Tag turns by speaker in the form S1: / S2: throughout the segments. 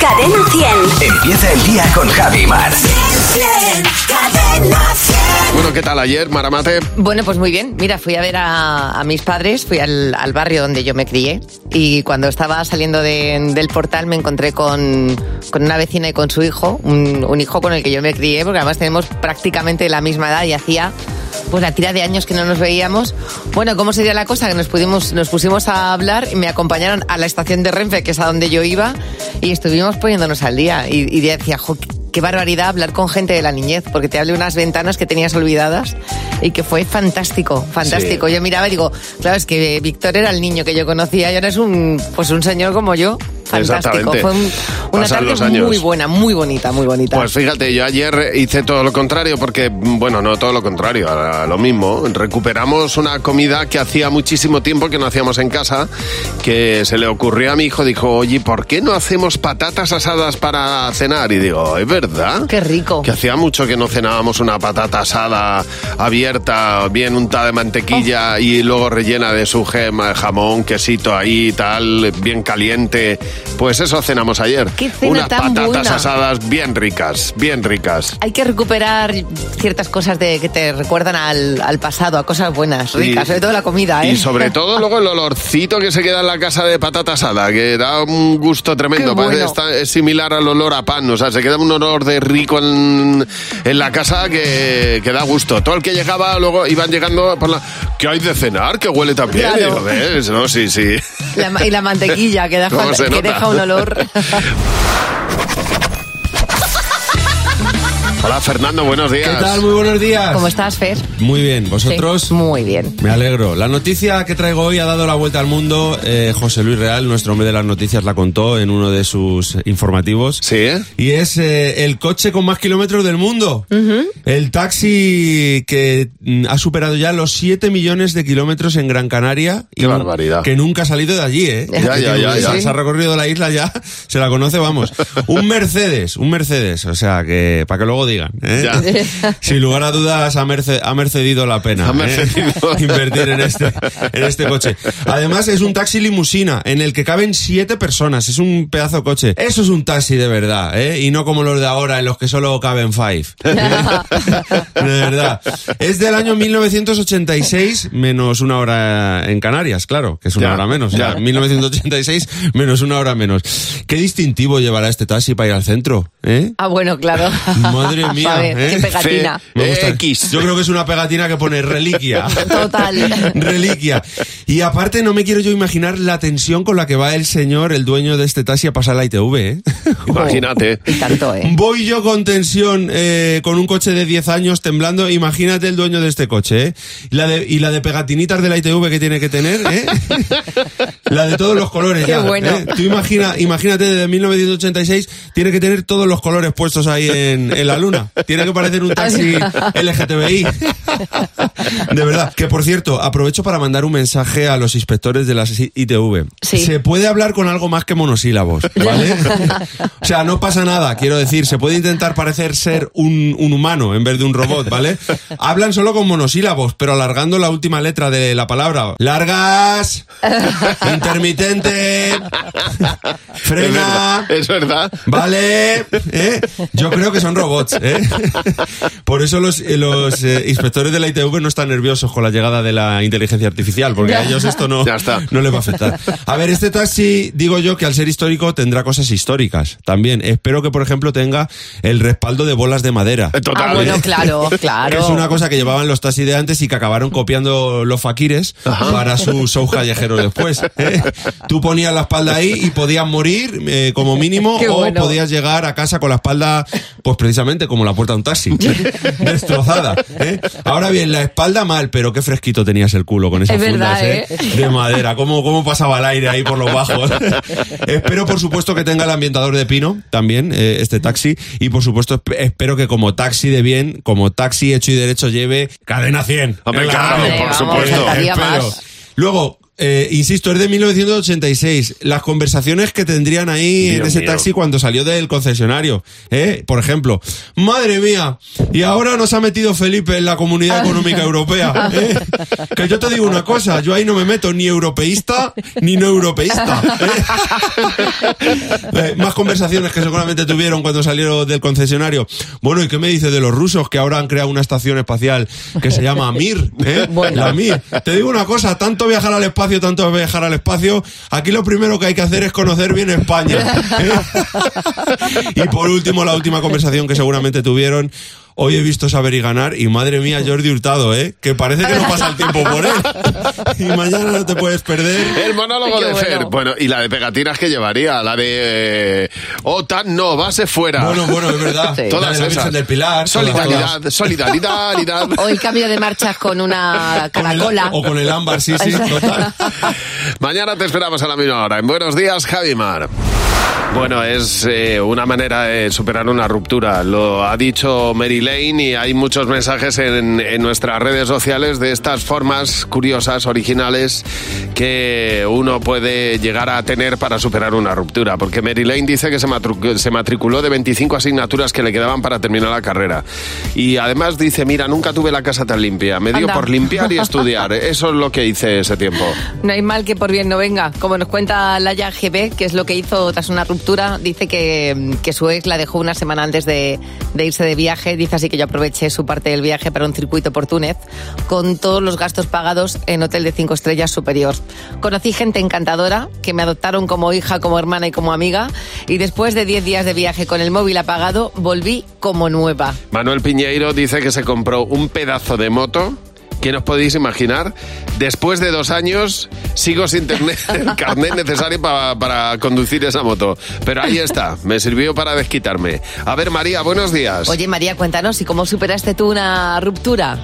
S1: Cadena 100.
S2: Empieza el día con Javi Mar.
S1: Cadena 100.
S3: Bueno, ¿qué tal ayer, Maramate?
S4: Bueno, pues muy bien. Mira, fui a ver a, a mis padres, fui al, al barrio donde yo me crié y cuando estaba saliendo de- del portal me encontré con, con una vecina y con su hijo, un, un hijo con el que yo me crié, porque además tenemos prácticamente la misma edad y hacía pues la tira de años que no nos veíamos. Bueno, ¿cómo sería la cosa? Que nos, pudimos, nos pusimos a hablar y me acompañaron a la estación de Renfe, que es a donde yo iba, y estuvimos poniéndonos al día. Y, y decía, jo, qué barbaridad hablar con gente de la niñez, porque te hablé unas ventanas que tenías olvidadas y que fue fantástico, fantástico. Yo miraba y digo, claro, es que Víctor era el niño que yo conocía y ahora es un, pues un señor como yo. Fantástico.
S3: Exactamente.
S4: Fue un- una
S3: Pasan los
S4: tarde
S3: años.
S4: muy buena, muy bonita, muy bonita.
S3: Pues fíjate, yo ayer hice todo lo contrario porque, bueno, no todo lo contrario, a lo mismo. Recuperamos una comida que hacía muchísimo tiempo que no hacíamos en casa, que se le ocurrió a mi hijo, dijo, oye, ¿por qué no hacemos patatas asadas para cenar? Y digo, es verdad.
S4: Qué rico.
S3: Que hacía mucho que no cenábamos una patata asada abierta, bien untada de mantequilla
S4: Oh.
S3: y luego rellena de su gema, jamón, quesito ahí, tal, bien caliente. Pues eso cenamos ayer.
S4: Qué cena
S3: Unas
S4: tan
S3: patatas
S4: buena.
S3: asadas bien ricas, bien ricas.
S4: Hay que recuperar ciertas cosas de, que te recuerdan al, al pasado, a cosas buenas, ricas,
S3: Y-
S4: sobre todo la comida, ¿eh?
S3: Y sobre todo luego el olorcito que se queda en la casa de patata asada, que da un gusto tremendo.
S4: Qué
S3: Parece
S4: bueno.
S3: esta- es similar al olor a pan, o sea, se queda un olor de rico en, en la casa que, que da gusto. Todo el que llegaba, luego iban llegando por la... ¿Qué hay de cenar? Que huele también.
S4: Claro.
S3: Digo, ¿ves? No, sí, sí.
S4: La ma- y la mantequilla que, deja-
S3: ¿Cómo se
S4: que
S3: nota?
S4: deja un olor.
S3: Hola, Fernando, buenos días.
S5: ¿Qué tal? Muy buenos días.
S4: ¿Cómo estás, Fer?
S5: Muy bien, ¿vosotros?
S4: Sí, muy bien.
S5: Me alegro. La noticia que traigo hoy ha dado la vuelta al mundo. Eh, José Luis Real, nuestro hombre de las noticias, la contó en uno de sus informativos.
S3: Sí, ¿eh?
S5: Y es eh, el coche con más kilómetros del mundo. El taxi que mm, ha superado ya los 7 millones de kilómetros en Gran Canaria.
S3: Qué barbaridad.
S5: Que nunca ha salido de allí, ¿eh?
S3: Ya, ya, ya, ya.
S5: Se ha recorrido la isla ya, se la conoce, vamos. Un Mercedes, un Mercedes, o sea, que para que luego digan. ¿eh?
S3: Ya.
S5: Sin lugar a dudas ha, merce- ha mercedido la pena
S3: Ha
S5: ¿eh?
S3: mercedido.
S5: invertir en este, en este coche. Además es un taxi limusina en el que caben siete personas, es un pedazo de coche. Eso es un taxi de verdad, ¿eh? y no como los de ahora en los que solo caben five. De verdad. Es del año 1986 menos una hora en Canarias, claro, que es una
S3: Ya,
S5: hora menos.
S3: ya.
S5: Ya. 1986 menos una hora menos. ¿Qué distintivo llevará este taxi para ir al centro? ¿Eh?
S4: Ah, bueno, claro.
S5: Madre mía,
S4: A ver,
S5: ¿eh?
S4: qué pegatina. Eh,
S3: Fe- X.
S5: Yo creo que es una pegatina que pone reliquia.
S4: Total.
S5: Reliquia. Y aparte no me quiero yo imaginar la tensión con la que va el señor, el dueño de este taxi, a pasar la ITV. ¿eh?
S3: Imagínate.
S4: Y tanto, ¿eh?
S5: Voy yo con tensión, eh, con un coche de 10 años temblando. Imagínate el dueño de este coche, ¿eh? La de, y la de pegatinitas de la ITV que tiene que tener, ¿eh? la de todos los colores.
S4: Qué
S5: ya,
S4: bueno.
S5: ¿eh? Tú imagina, imagínate, desde 1986 tiene que tener todos los colores puestos ahí en, en la luna. Tiene que parecer un taxi
S4: Ah,
S5: LGTBI. De verdad. Que por cierto, aprovecho para mandar un mensaje a los inspectores de las ITV.
S4: Sí.
S5: Se puede hablar con algo más que monosílabos, ¿vale? o sea, no pasa nada, quiero decir, se puede intentar parecer ser un, un humano en vez de un robot, ¿vale? Hablan solo con monosílabos, pero alargando la última letra de la palabra. Largas, intermitente,
S3: Es
S5: frena.
S3: verdad, es verdad.
S5: Vale, ¿eh? yo creo que son robots. ¿eh? Por eso los, eh, los eh, inspectores de la ITV no están nerviosos con la llegada de la inteligencia artificial, porque a ellos esto no,
S3: Ya está.
S5: no les va a afectar. A ver, este taxi, digo yo que al ser histórico tendrá cosas históricas también. Espero que, por ejemplo, tenga el respaldo de bolas de madera.
S3: Eh, Total.
S4: Ah, bueno, claro,
S5: Que
S4: claro.
S5: es una cosa que llevaban los taxis de antes y que acabaron copiando los faquires para sus shows callejeros después. ¿eh? Tú ponías la espalda ahí y podías morir eh, como mínimo
S4: Qué
S5: o
S4: bueno.
S5: podías llegar a casa con la espalda, pues precisamente como la puerta de un taxi, destrozada. ¿eh? Ahora bien, la espalda mal, pero qué fresquito tenías el culo con esas
S4: Es verdad,
S5: fundas, ¿eh?
S4: ¿eh?
S5: de madera. ¿Cómo, cómo pasaba el aire ahí por los bajos? espero, por supuesto, que tenga el ambientador de pino también, eh, este taxi. Y, por supuesto, esp- espero que como taxi de bien, como taxi hecho y derecho, lleve cadena 100.
S3: Hombre,
S5: Eh,
S3: claro,
S4: por Hombre, vamos, supuesto. faltaría más.
S5: Luego... eh, insisto, es de 1986. Las conversaciones que tendrían ahí en
S3: Dios
S5: ese
S3: mío.
S5: taxi cuando salió del concesionario. ¿eh? Por ejemplo, madre mía, y ahora nos ha metido Felipe en la Comunidad Económica Europea. ¿eh? Que yo te digo una cosa, yo ahí no me meto ni europeísta ni no europeísta. ¿eh? Eh, más conversaciones que seguramente tuvieron cuando salieron del concesionario. Bueno, ¿y qué me dices de los rusos que ahora han creado una estación espacial que se llama Mir? ¿eh?
S4: Bueno.
S5: La Mir. Te digo una cosa, tanto viajar al espacio, tanto viajar al espacio, aquí lo primero que hay que hacer es conocer bien España. ¿eh? y por último, la última conversación que seguramente tuvieron. Hoy he visto saber y ganar y madre mía Jordi Hurtado, ¿eh? Que parece que no pasa el tiempo por él. Y mañana no te puedes perder.
S3: El monólogo
S4: Qué
S3: de Fer. Bueno.
S4: bueno.
S3: y la de pegatinas que llevaría, la de eh, OTAN no, base fuera.
S5: Bueno, bueno, es verdad.
S4: Sí.
S5: La de
S3: Todas
S5: la
S3: esas.
S5: Virgen del Pilar. todas, todas.
S3: Solidaridad, solidaridad.
S4: O el cambio de marchas con una
S5: Con el-
S4: caracola.
S5: o con el ámbar, sí, sí, total.
S3: Mañana te esperamos a la misma hora. En Buenos Días, Javimar. Bueno, es eh, una manera de superar una ruptura. Lo ha dicho Mary Lane y hay muchos mensajes en, en nuestras redes sociales de estas formas curiosas, originales, que uno puede llegar a tener para superar una ruptura. Porque Mary Lane dice que se, matru- se matriculó de 25 asignaturas que le quedaban para terminar la carrera. Y además dice, mira, nunca tuve la casa tan limpia. Me dio
S4: Anda.
S3: por limpiar y estudiar. Eso es lo que hice ese tiempo.
S4: No hay mal que por bien no venga. Como nos cuenta Laia GB, que es lo que hizo tras una ruptura, dice que, que su ex la dejó una semana antes de, de irse de viaje. Dice así que yo aproveché su parte del viaje para un circuito por Túnez, con todos los gastos pagados en hotel de cinco estrellas superior. Conocí gente encantadora que me adoptaron como hija, como hermana y como amiga. Y después de 10 días de viaje con el móvil apagado, volví como nueva.
S3: Manuel Piñeiro dice que se compró un pedazo de moto. que nos podéis imaginar? Después de dos años sigo sin tener el carnet necesario pa- para conducir esa moto. Pero ahí está, me sirvió para desquitarme. A ver, María, buenos días.
S4: Oye, María, cuéntanos, ¿y cómo superaste tú una ruptura?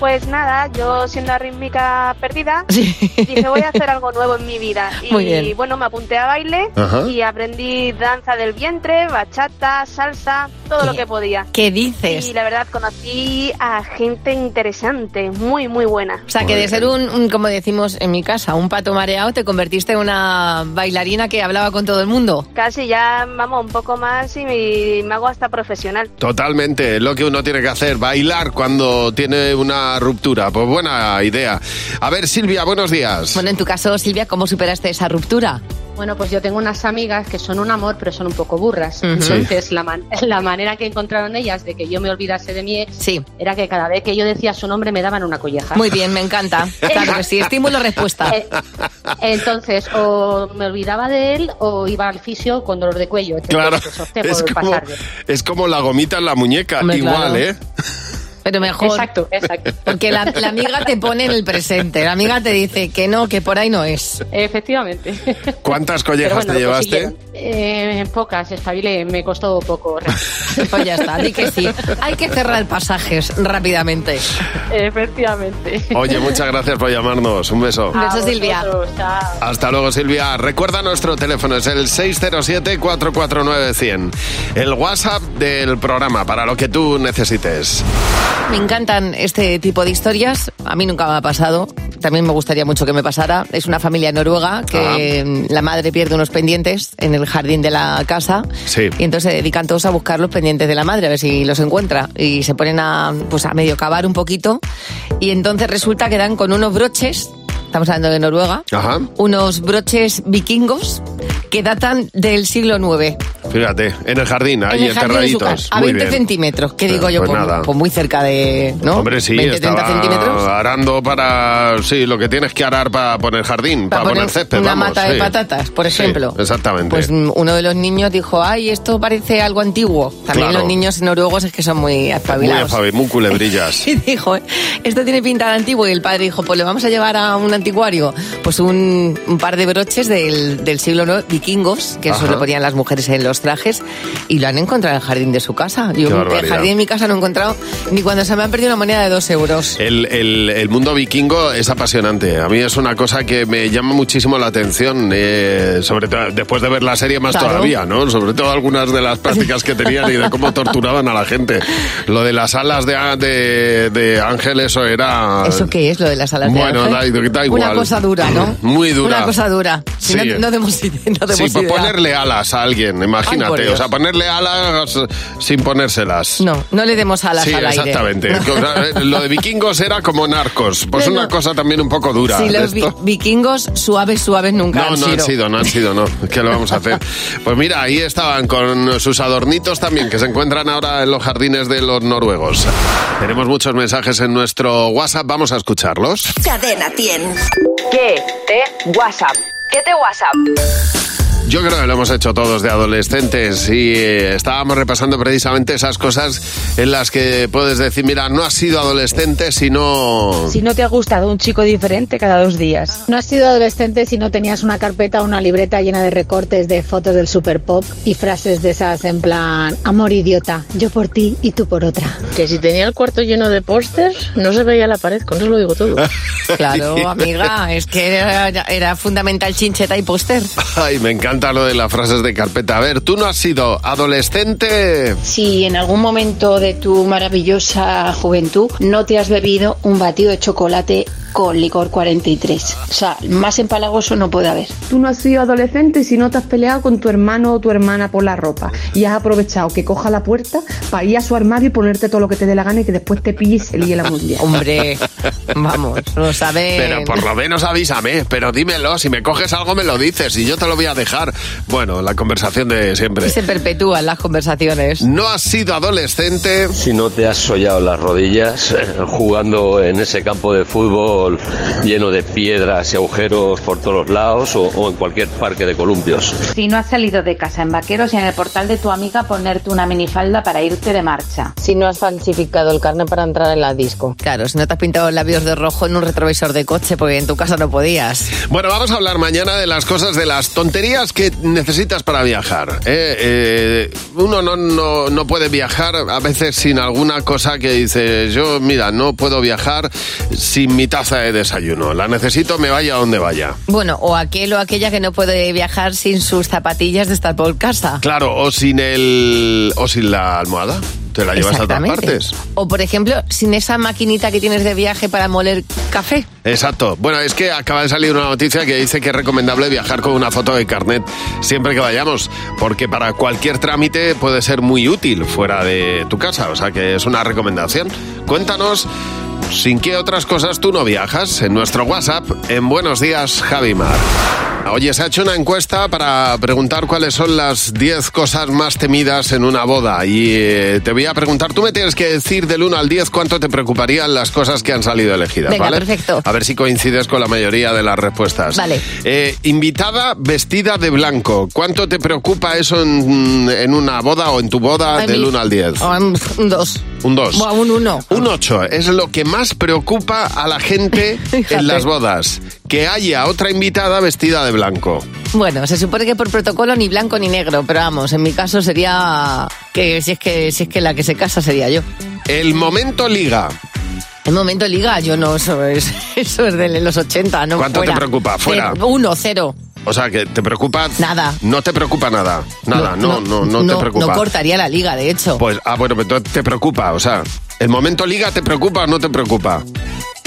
S1: Pues nada, yo siendo arrítmica perdida,
S4: Sí.
S1: dije voy a hacer algo nuevo en mi vida. Y
S4: Muy bien.
S1: bueno, me apunté a baile
S3: Ajá.
S1: y aprendí danza del vientre, bachata, salsa, todo lo
S4: ¿Qué?
S1: que podía.
S4: ¿Qué dices?
S1: Y la verdad conocí a gente interesante, muy muy buena.
S4: O sea, que de ser un, un, como decimos en mi casa, un pato mareado, te convertiste en una bailarina que hablaba con todo el mundo.
S1: Casi ya, vamos, un poco más y me, me hago hasta profesional.
S3: Totalmente, es lo que uno tiene que hacer, bailar cuando tiene una ruptura. Pues buena idea. A ver, Silvia, buenos días.
S4: Bueno, en tu caso, Silvia, ¿cómo superaste esa ruptura?
S6: Bueno, pues yo tengo unas amigas que son un amor, pero son un poco burras.
S4: Ujú.
S6: Entonces, la, man- la manera que encontraron ellas de que yo me olvidase de mi ex
S4: Sí.
S6: era que cada vez que yo decía su nombre me daban una colleja.
S4: Muy bien, me encanta. Claro que sí, estímulo-respuesta.
S6: Eh, entonces, o me olvidaba de él o iba al fisio con dolor de cuello. Entonces,
S3: Claro,
S6: pues, opté
S3: es
S6: por
S3: como,
S6: pasarlo.
S3: es como la gomita en la muñeca,
S4: Hombre,
S3: igual,
S4: claro.
S3: ¿eh?
S4: Pero mejor.
S6: Exacto, exacto.
S4: Porque la, la amiga te pone en el presente, la amiga te dice que no, que por ahí no es.
S6: Efectivamente.
S3: ¿Cuántas collejas
S6: Pero bueno,
S3: te
S6: lo
S3: llevaste?
S6: consiguieron. Eh, pocas, estabilé, me costó poco.
S4: Pues ya está, di que sí. Hay que cerrar pasajes rápidamente.
S6: Efectivamente.
S3: Oye, muchas gracias por llamarnos. Un beso.
S4: Ah. Beso, Silvia.
S6: vosotros, chao.
S3: Hasta luego, Silvia. Recuerda nuestro teléfono, es el 607-449-100. El WhatsApp del programa, para lo que tú necesites.
S4: Me encantan este tipo de historias. A mí nunca me ha pasado. También me gustaría mucho que me pasara. Es una familia noruega que mm, la madre pierde unos pendientes en el jardín de la casa.
S3: Sí.
S4: Y entonces se dedican todos a buscar los pendientes de la madre, a ver si los encuentra. Y se ponen a, pues, a medio cavar un poquito. Y entonces resulta que dan con unos broches. Estamos hablando de Noruega.
S3: Ajá.
S4: Unos broches vikingos que datan del siglo IX.
S3: Fíjate, en el jardín, ahí
S4: en el jardín de su
S3: enterraditos.
S4: casa, a
S3: Muy
S4: 20
S3: bien.
S4: centímetros. ¿Qué
S3: Pero,
S4: digo yo?
S3: pues
S4: Pues,
S3: nada.
S4: pues muy cerca de. ¿no?
S3: Hombre, sí,
S4: 20, 30
S3: estaba
S4: oh, centímetros.
S3: arando para... Sí, lo que tienes que arar para poner jardín, para, poner, césped,
S4: una
S3: vamos,
S4: mata de
S3: sí.
S4: patatas, por
S3: Sí,
S4: ejemplo.
S3: exactamente.
S4: Pues mm, uno de los niños dijo, ay, esto parece algo antiguo. También
S3: Claro.
S4: los niños noruegos es que son muy
S3: Muy
S4: espabilados.
S3: afable, muy culebrillas.
S4: Y dijo, esto tiene pinta de antiguo. Y el padre dijo, pues le vamos a llevar a un anticuario. Pues un, un par de broches del, del siglo IX, vikingos, que eso
S3: Ajá.
S4: lo ponían las mujeres en los los trajes y lo han encontrado en el jardín de su casa. Yo
S3: Qué
S4: en el
S3: barbaridad.
S4: jardín de mi casa no he encontrado ni cuando se me han perdido una moneda de dos euros.
S3: El, el- el mundo vikingo es apasionante. A mí es una cosa que me llama muchísimo la atención, eh, sobre todo después de ver la serie más
S4: Claro.
S3: todavía, ¿no? Sobre todo algunas de las prácticas que tenían y de cómo torturaban a la gente. Lo de las alas de, de, de Ángel, eso era...
S4: ¿Eso qué es lo de las alas
S3: Bueno,
S4: de
S3: da,
S4: ángel?
S3: da igual.
S4: Una cosa dura, ¿no?
S3: Muy dura.
S4: Una cosa dura. Si no,
S3: Sí.
S4: no demos idea. No
S3: Sí,
S4: demos
S3: por
S4: idea.
S3: ponerle alas a alguien,
S4: Ay, por
S3: imagínate.
S4: Dios.
S3: o sea, ponerle alas sin ponérselas.
S4: No, no le demos alas
S3: sí,
S4: al aire.
S3: exactamente. Que, o sea, Lo de vikingos era como narcos. Pues
S4: No,
S3: una
S4: no.
S3: cosa también un poco dura.
S4: Si los vi-
S3: Esto-
S4: vikingos suaves, suaves nunca
S3: No,
S4: han
S3: no
S4: sido.
S3: han sido, no han sido, no. ¿Qué lo vamos a hacer? Pues mira, ahí estaban con sus adornitos también, que se encuentran ahora en los jardines de los noruegos. Tenemos muchos mensajes en nuestro WhatsApp, vamos a escucharlos.
S7: Cadena 100.
S1: ¿Qué te WhatsApp? ¿Qué te WhatsApp?
S3: Yo creo que lo hemos hecho todos de adolescentes y eh, estábamos repasando precisamente esas cosas en las que puedes decir, mira, no has sido adolescente, sino...
S8: Si no te ha gustado un chico diferente cada dos días.
S6: No has sido adolescente si no tenías una carpeta o una libreta llena de recortes de fotos del super pop y frases de esas en plan amor idiota, yo por ti y tú por otra.
S9: Que si tenía el cuarto lleno de pósters, no se veía la pared, con eso lo digo todo.
S4: Claro, amiga, es que era, era fundamental chincheta y póster.
S3: Ay, me encanta lo de las frases de carpeta. A ver, tú no has sido adolescente...
S10: Si en algún momento de tu maravillosa juventud no te has bebido un batido de chocolate con licor 43. O sea, más empalagoso no puede haber.
S11: Tú no has sido adolescente si no te has peleado con tu hermano o tu hermana por la ropa y has aprovechado que coja la puerta para ir a su armario y ponerte todo lo que te dé la gana y que después te pilles el hielo mundial.
S4: Hombre, vamos, lo saben.
S3: Pero por lo menos avísame, pero dímelo, si me coges algo me lo dices y yo te lo voy a dejar. Bueno, la conversación de siempre.
S4: Y se perpetúan las conversaciones.
S3: No has sido adolescente.
S12: Si no te has sollado las rodillas eh, jugando en ese campo de fútbol lleno de piedras y agujeros por todos lados o, o en cualquier parque de columpios.
S13: Si no has salido de casa en vaqueros y en el portal de tu amiga ponerte una minifalda para irte de marcha.
S14: Si no has falsificado el carnet para entrar en la disco.
S4: Claro, si no te has pintado labios de rojo en un retrovisor de coche porque en tu casa no podías.
S3: Bueno, vamos a hablar mañana de las cosas, de las tonterías que necesitas para viajar. Eh, eh, uno no, no, no puede viajar a veces sin alguna cosa que dice, yo mira, no puedo viajar sin mi taza de desayuno. La necesito, me vaya a donde vaya.
S4: Bueno, o aquel o aquella que no puede viajar sin sus zapatillas de estar por casa.
S3: Claro, o sin el o sin la almohada. Te la llevas a todas
S4: Exactamente.
S3: partes.
S4: O por ejemplo, sin esa maquinita que tienes de viaje para moler café.
S3: Exacto. Bueno, es que acaba de salir una noticia que dice que es recomendable viajar con una foto de carnet siempre que vayamos, porque para cualquier trámite puede ser muy útil fuera de tu casa, o sea que es una recomendación. Cuéntanos sin qué otras cosas tú no viajas en nuestro WhatsApp en Buenos Días Javimar. Oye, se ha hecho una encuesta para preguntar cuáles son las 10 cosas más temidas en una boda. Y eh, te voy a preguntar, tú me tienes que decir del 1 al 10 cuánto te preocuparían las cosas que han salido elegidas.
S4: Venga,
S3: ¿vale?
S4: perfecto.
S3: A ver si coincides con la mayoría de las respuestas.
S4: Vale.
S3: Eh, invitada vestida de blanco. ¿Cuánto te preocupa eso en, en una boda o en tu boda
S4: Ay,
S3: Ah, del
S4: mi-
S3: 1 al 10?
S4: O un 2.
S3: Un 2.
S4: O un 1.
S3: Un 8 es lo que más preocupa a la gente
S4: Fíjate.
S3: en las bodas. Que haya otra invitada vestida de blanco.
S4: Bueno, se supone que por protocolo ni blanco ni negro, pero vamos, en mi caso sería que si es que si es que la que se casa sería yo.
S3: El momento liga.
S4: En momento liga, yo no, eso es, eso es de los 80, no
S3: ¿Cuánto te
S4: fuera.
S3: preocupa? Fuera.
S4: Cero, uno, cero.
S3: O sea, que te preocupa...
S4: Nada.
S3: No te preocupa nada. Nada, no, no, no, te preocupa.
S4: No cortaría la liga, de hecho.
S3: Pues, ah, bueno, pero entonces te preocupa, o sea, ¿el momento liga te preocupa o no te preocupa?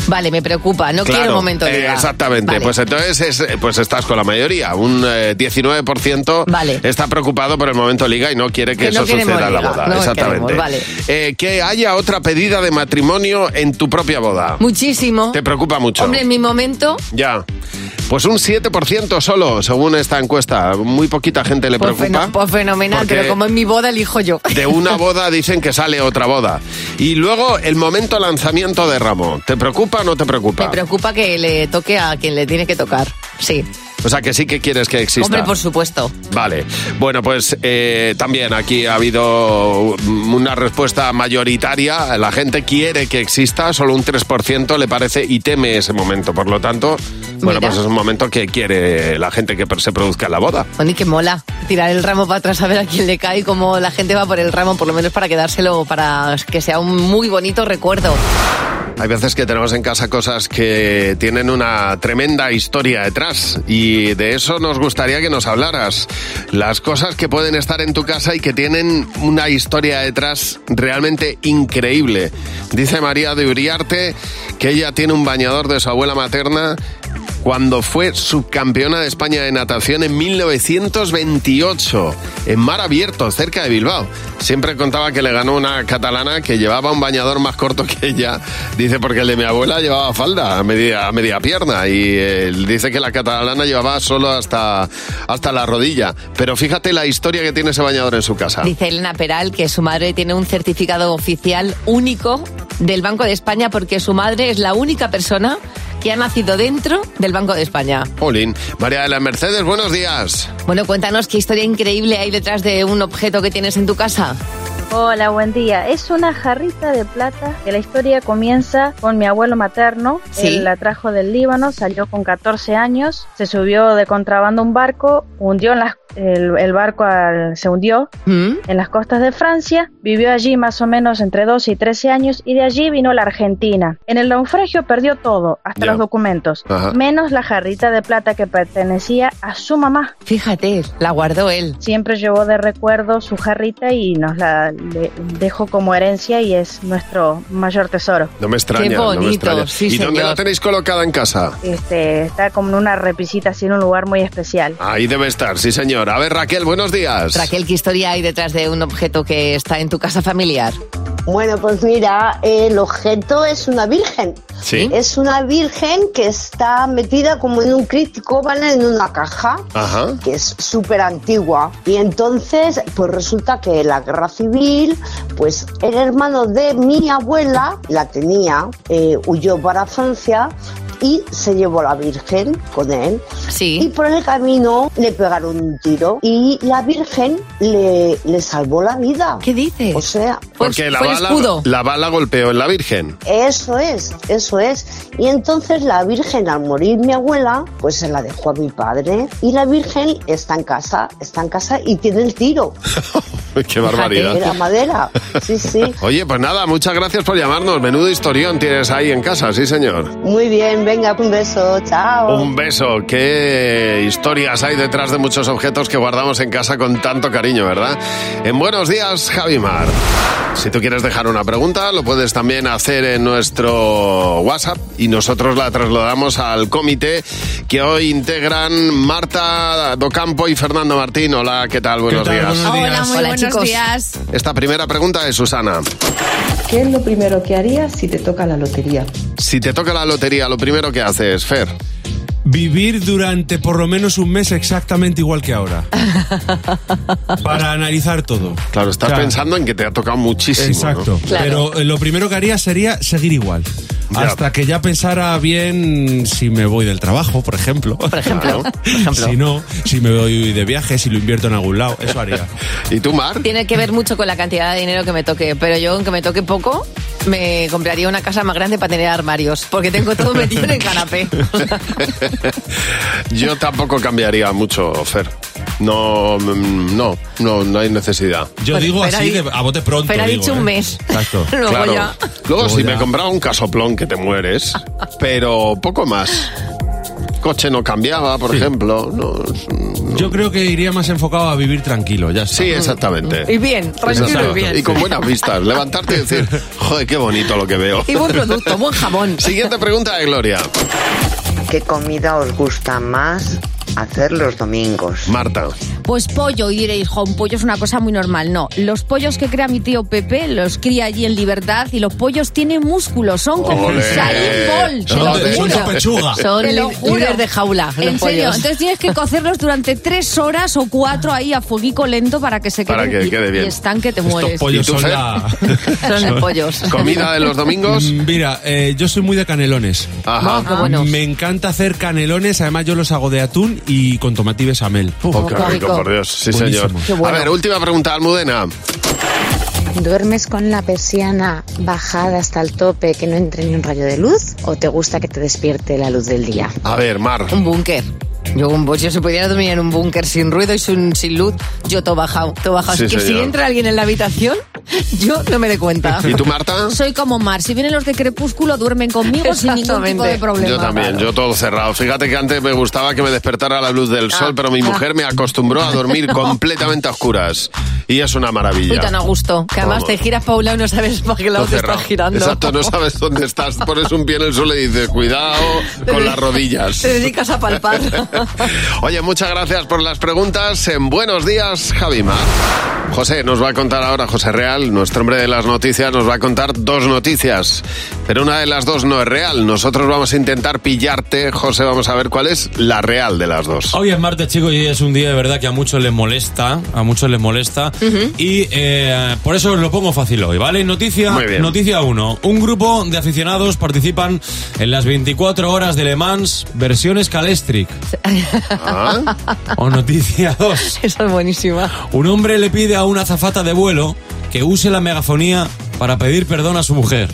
S4: Vale, me preocupa, no
S3: Pues- Claro,
S4: quiero momento
S3: eh,
S4: liga.
S3: exactamente,
S4: Vale.
S3: pues entonces es- pues estás con la mayoría, un eh, 19%
S4: Vale.
S3: está preocupado por el momento liga y no quiere que,
S4: Que no
S3: eso
S4: queremos
S3: suceda en la
S4: liga,
S3: boda,
S4: no
S3: exactamente.
S4: queremos, vale.
S3: Eh, que haya otra pedida de matrimonio en tu propia boda.
S4: Muchísimo.
S3: Te preocupa mucho.
S4: Hombre, en mi momento,
S3: Ya. Pues un 7% solo, según esta encuesta. Muy poquita gente le
S4: pues,
S3: preocupa.
S4: feno- pues fenomenal,
S3: porque-
S4: pero como en mi boda elijo yo.
S3: De una boda dicen que sale otra boda. Y luego el momento lanzamiento de ramo. ¿Te preocupa o no te preocupa?
S4: Me preocupa que le toque a quien le tiene que tocar. Sí.
S3: O sea, que sí que quieres que exista.
S4: Hombre, por supuesto.
S3: Vale. Bueno, pues eh, también aquí ha habido una respuesta mayoritaria. La gente quiere que exista, solo un 3% le parece y teme ese momento. Por lo tanto, bueno,
S4: Mira.
S3: pues es un momento que quiere la gente que se produzca la boda.
S4: Bueno, y que mola tirar el ramo para atrás a ver a quién le cae y cómo la gente va por el ramo, por lo menos para quedárselo, para que sea un muy bonito recuerdo.
S3: Hay veces que tenemos en casa cosas que tienen una tremenda historia detrás y de eso nos gustaría que nos hablaras. Las cosas que pueden estar en tu casa y que tienen una historia detrás realmente increíble. Dice María de Uriarte que ella tiene un bañador de su abuela materna cuando fue subcampeona de España de natación en 1928, en mar abierto, cerca de Bilbao. Siempre contaba que le ganó una catalana que llevaba un bañador más corto que ella. Dice, porque el de mi abuela llevaba falda a media, a media pierna. Y eh, dice que la catalana llevaba solo hasta, hasta la rodilla. Pero fíjate la historia que tiene ese bañador en su casa.
S4: Dice Elena Peral que su madre tiene un certificado oficial único del Banco de España porque su madre es la única persona que ha nacido dentro del Banco de España.
S3: Paulín, María de las Mercedes, buenos días.
S4: Bueno, cuéntanos qué historia increíble hay detrás de un objeto que tienes en tu casa.
S7: Hola, buen día. Es una jarrita de plata que la historia comienza con mi abuelo materno.
S4: Sí.
S7: Él la trajo del Líbano, salió con 14 años, se subió de contrabando a un barco, hundió en las- el, el barco al- se hundió en las costas de Francia, vivió allí más o menos entre 12 y 13 años y de allí vino a la Argentina. En el naufragio perdió todo, hasta
S13: Ya.
S7: los documentos,
S13: Ajá.
S7: menos la jarrita de plata que pertenecía a su mamá.
S4: Fíjate, la guardó él.
S7: Siempre llevó de recuerdo su jarrita y nos la le- dejó como herencia y es nuestro mayor tesoro.
S3: No me extraña. no me
S7: bonito,
S3: extraña.
S7: sí,
S3: ¿Y dónde
S7: señor.
S3: la tenéis colocada en casa?
S7: Este, está como en una repisita así en un lugar muy especial.
S3: Ahí debe estar, sí señor. A ver, Raquel, buenos días.
S4: Raquel, ¿qué historia hay detrás de un objeto que está en tu casa familiar?
S13: Bueno, pues mira, el objeto es una virgen.
S4: Sí.
S13: Es una virgen que está metida como en un crítico, ¿vale? En una caja,
S3: Ajá.
S13: que es súper antigua. Y entonces, pues resulta que en la guerra civil, pues el hermano de mi abuela la tenía, eh, huyó para Francia y se llevó la virgen con él.
S4: Sí.
S13: Y por el camino le pegaron un tiro y la virgen le, le salvó la vida.
S4: ¿Qué dices?
S13: O sea,
S3: Porque la, bala, la bala golpeó en la Virgen.
S13: eso es, eso es. Y entonces la Virgen, al morir mi abuela, pues se la dejó a mi padre. Y la Virgen está en casa, está en casa y tiene el tiro.
S3: Qué
S13: De la
S3: barbaridad.
S13: madera. Sí, sí.
S3: Oye, pues nada, muchas gracias por llamarnos. Menudo historión tienes ahí en casa, sí señor.
S13: Muy bien, venga, un beso. Chao.
S3: Un beso. Qué historias hay detrás de muchos objetos que guardamos en casa con tanto cariño, ¿verdad? En buenos días, Javimar. Si tú quieres dejar una pregunta, lo puedes también hacer en nuestro WhatsApp y nosotros la trasladamos al comité que hoy integran Marta Docampo y Fernando Martín. Hola, ¿qué tal? Buenos días.
S15: Hola, muy buenos días.
S3: Esta primera pregunta es Susana.
S15: ¿Qué es lo primero que harías si te toca la lotería?
S3: Si te toca la lotería, lo primero que haces, Fer.
S5: Vivir durante por lo menos un mes exactamente igual que ahora. Para analizar todo.
S3: Claro, estás
S5: Claro.
S3: pensando en que te ha tocado muchísimo. ¿no?
S5: Exacto. Pero eh, lo primero que haría sería seguir igual.
S3: Ya.
S5: Hasta que ya pensara bien si me voy del trabajo, por ejemplo. Por
S4: ejemplo,
S5: Si no, si me voy de viaje, si lo invierto en algún lado. Eso haría.
S3: ¿Y tú, Mar?
S4: Tiene que ver mucho con la cantidad de dinero que me toque, pero yo, aunque me toque poco, me compraría una casa más grande para tener armarios, porque tengo todo metido en el canapé.
S3: Yo tampoco cambiaría mucho, Fer. No, mm, no, no, no hay necesidad.
S5: Yo
S4: Bueno,
S5: digo
S4: pero
S5: así
S4: ha di-
S5: de- a bote pronto.
S4: pero ha
S5: digo,
S4: dicho
S5: ¿eh?
S4: un mes.
S5: Exacto.
S4: Luego
S3: Claro.
S4: ya.
S3: Luego
S5: Luego
S3: si
S5: ya.
S3: me compraba un casoplón que te mueres, pero poco más. Coche no cambiaba, por ejemplo. No,
S5: Yo creo que iría más enfocado a vivir tranquilo, ya está.
S3: Sí, exactamente.
S4: Y bien, tranquilo y
S3: Exacto.
S4: bien.
S3: Y con buenas vistas. Levantarte y decir, joder, qué bonito lo que veo.
S4: Y buen producto, buen jamón.
S3: Siguiente pregunta de Gloria.
S11: ¿Qué comida os gusta más hacer los domingos?
S3: Marta.
S16: pues pollo. Y diréis, jo, un pollo es una cosa muy normal. No, los pollos que crea mi tío Pepe los cría allí en libertad y los pollos tienen músculos, son como
S4: Ole.
S16: Usain Bolt.
S4: Son de- son de pechuga. Son
S16: Te lo
S4: lí-
S16: juro.
S4: líderes de jaula, los
S16: En serio,
S4: pollos.
S16: entonces tienes que cocerlos durante tres horas o cuatro ahí a fueguico lento para que se queden
S3: Para que
S16: y-
S3: quede bien.
S16: y están que te mueres.
S5: pollos
S3: ¿Y tú,
S5: son
S3: Fer?
S5: la-
S16: Son pollos.
S3: ¿Comida de los domingos?
S5: Mm, Mira, eh, yo soy muy de canelones.
S3: Ajá. Ah, qué buenos.
S5: Me encanta hacer canelones, además yo los hago de atún y con tomate y besamel.
S3: Oh, qué rico, por Dios. Sí,
S5: Buenísimo.
S3: señor. A ver, última pregunta, Almudena.
S17: ¿Duermes con la persiana bajada hasta el tope que no entre ni un rayo de luz o te gusta que te despierte la luz del día?
S3: A ver, Mar.
S4: Un búnker. Yo, un, pues, yo si pudiera dormir en un búnker sin ruido y sin, sin luz, yo todo bajado. Todo bajado.
S3: Sí,
S4: Así que si
S3: señor.
S4: entra alguien en la habitación, yo no me dé cuenta.
S3: ¿Y tú, Marta?
S16: Soy como Mar, si vienen los de Crepúsculo duermen conmigo sin ningún tipo de problema.
S3: Yo también, yo todo cerrado. Fíjate que antes me gustaba que me despertara la luz
S4: Ah.
S3: del sol, pero mi mujer me acostumbró a dormir completamente a oscuras. Y es una maravilla.
S4: Uy, tan a gusto. Que además
S3: Vamos.
S4: te giras para un lado y no sabes para qué lado
S3: Todo
S4: te estás
S3: cerrado.
S4: girando.
S3: Exacto, no sabes dónde estás. Pones un pie en el suelo y dices, cuidado con las rodillas.
S4: Te dedicas a palpar.
S3: Oye, muchas gracias por las preguntas. En Buenos Días, Javima. José nos va a contar ahora, José Real, nuestro hombre de las noticias, nos va a contar dos noticias. Pero una de las dos no es real. Nosotros vamos a intentar pillarte, José, vamos a ver cuál es la real de las dos.
S18: Hoy es martes, chicos, y hoy es un día de verdad que a muchos les molesta, a muchos les molesta. Y eh, por eso os lo pongo fácil hoy, ¿vale? Noticia, noticia 1. Un grupo de aficionados participan en las 24 horas de Le Mans versión Scalestric.
S3: Ah.
S18: O noticia 2.
S4: Esa es buenísima.
S18: Un hombre le pide a una azafata de vuelo que use la megafonía para pedir perdón a su mujer.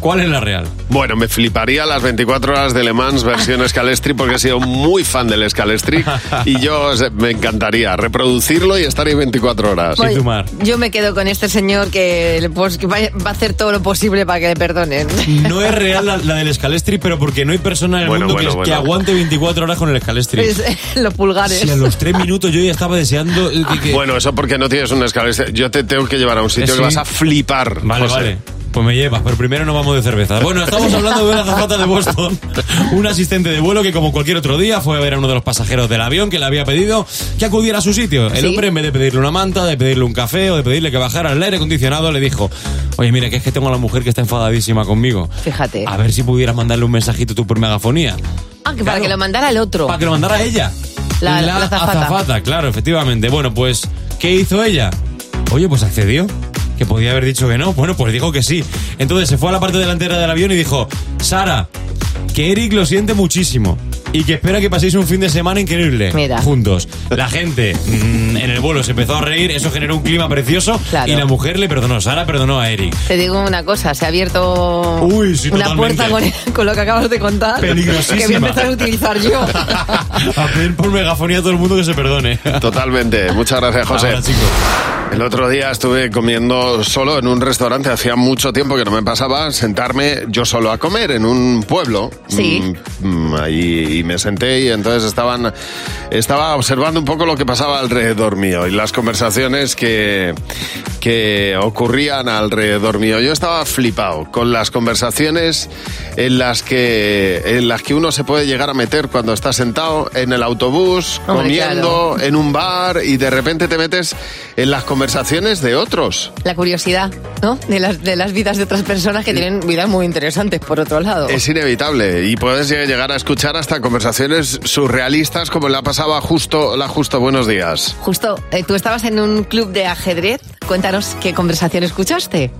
S18: ¿Cuál es la real?
S3: Bueno, me fliparía las 24 horas de Le Mans versión Scalestri porque he sido muy fan del Scalestri y yo se- me encantaría reproducirlo y estar ahí 24 horas.
S4: Voy- Yo me quedo con este señor que, pues, que va va a hacer todo lo posible para que le perdonen.
S18: No es real la, la del Scalestri, pero porque no hay persona en el
S3: Bueno,
S18: mundo que,
S3: bueno,
S18: que
S3: bueno.
S18: aguante 24 horas con el Scalestri.
S4: Es- eh, Los pulgares.
S18: Si a los tres minutos yo ya estaba deseando. eh, que- que-
S3: Bueno, eso porque no tienes un Scalestri. Yo te tengo que llevar a un sitio
S18: Eh,
S3: que vas
S18: sí.
S3: a flipar.
S18: Vale,
S3: José.
S18: vale. Pues me llevas, pero primero nos vamos de cerveza. Bueno, estamos hablando de una azafata de Boston. Un asistente de vuelo que, como cualquier otro día, fue a ver a uno de los pasajeros del avión que le había pedido que acudiera a su sitio. El
S19: Sí.
S18: hombre, en vez de pedirle una manta, de pedirle un café o de pedirle que bajara el aire acondicionado, le dijo: Oye, mira, que es que tengo a la mujer que está enfadadísima conmigo.
S4: Fíjate.
S18: A ver si pudieras mandarle un mensajito tú por megafonía.
S4: Ah, que para que lo mandara el otro.
S18: Para que lo mandara ella.
S4: La, la, azafata.
S18: claro, efectivamente. Bueno, pues, ¿qué hizo ella? Oye, pues accedió. Que podía haber dicho que no. Bueno, pues dijo que sí. Entonces se fue a la parte delantera del avión y dijo, Sara, que Eric lo siente muchísimo. Y que espera que paséis un fin de semana increíble.
S4: Mira.
S18: Juntos. La gente mm, en el vuelo se empezó a reír, eso generó un clima precioso.
S4: Claro.
S18: Y la mujer le perdonó. Sara perdonó a Eric.
S4: Te digo una cosa, se ha abierto
S18: Uy, sí,
S4: una
S18: totalmente.
S4: puerta con, con lo que acabas de contar.
S18: Peligrosísima.
S4: Que voy a empezar a utilizar yo.
S18: A pedir por megafonía a todo el mundo que se perdone.
S3: Totalmente. Muchas gracias, José.
S18: Ahora, chicos.
S3: El otro día estuve comiendo solo en un restaurante, hacía mucho tiempo que no me pasaba sentarme yo solo a comer en un pueblo.
S4: Sí.
S3: Mm, mm, ahí, y me senté y entonces estaban estaba observando un poco lo que pasaba alrededor mío y las conversaciones que que ocurrían alrededor mío. Yo estaba flipado con las conversaciones en las que en las que uno se puede llegar a meter cuando está sentado en el autobús
S4: Hombre,
S3: comiendo en un bar y de repente te metes en las conversaciones de otros.
S4: La curiosidad, ¿no? De las, de las vidas de otras personas que tienen vidas muy interesantes, por otro lado.
S3: Es inevitable y puedes llegar a escuchar hasta conversaciones surrealistas como la pasaba justo la justo buenos días.
S4: Justo, eh, tú estabas en un club de ajedrez. Cuéntanos qué conversación escuchaste.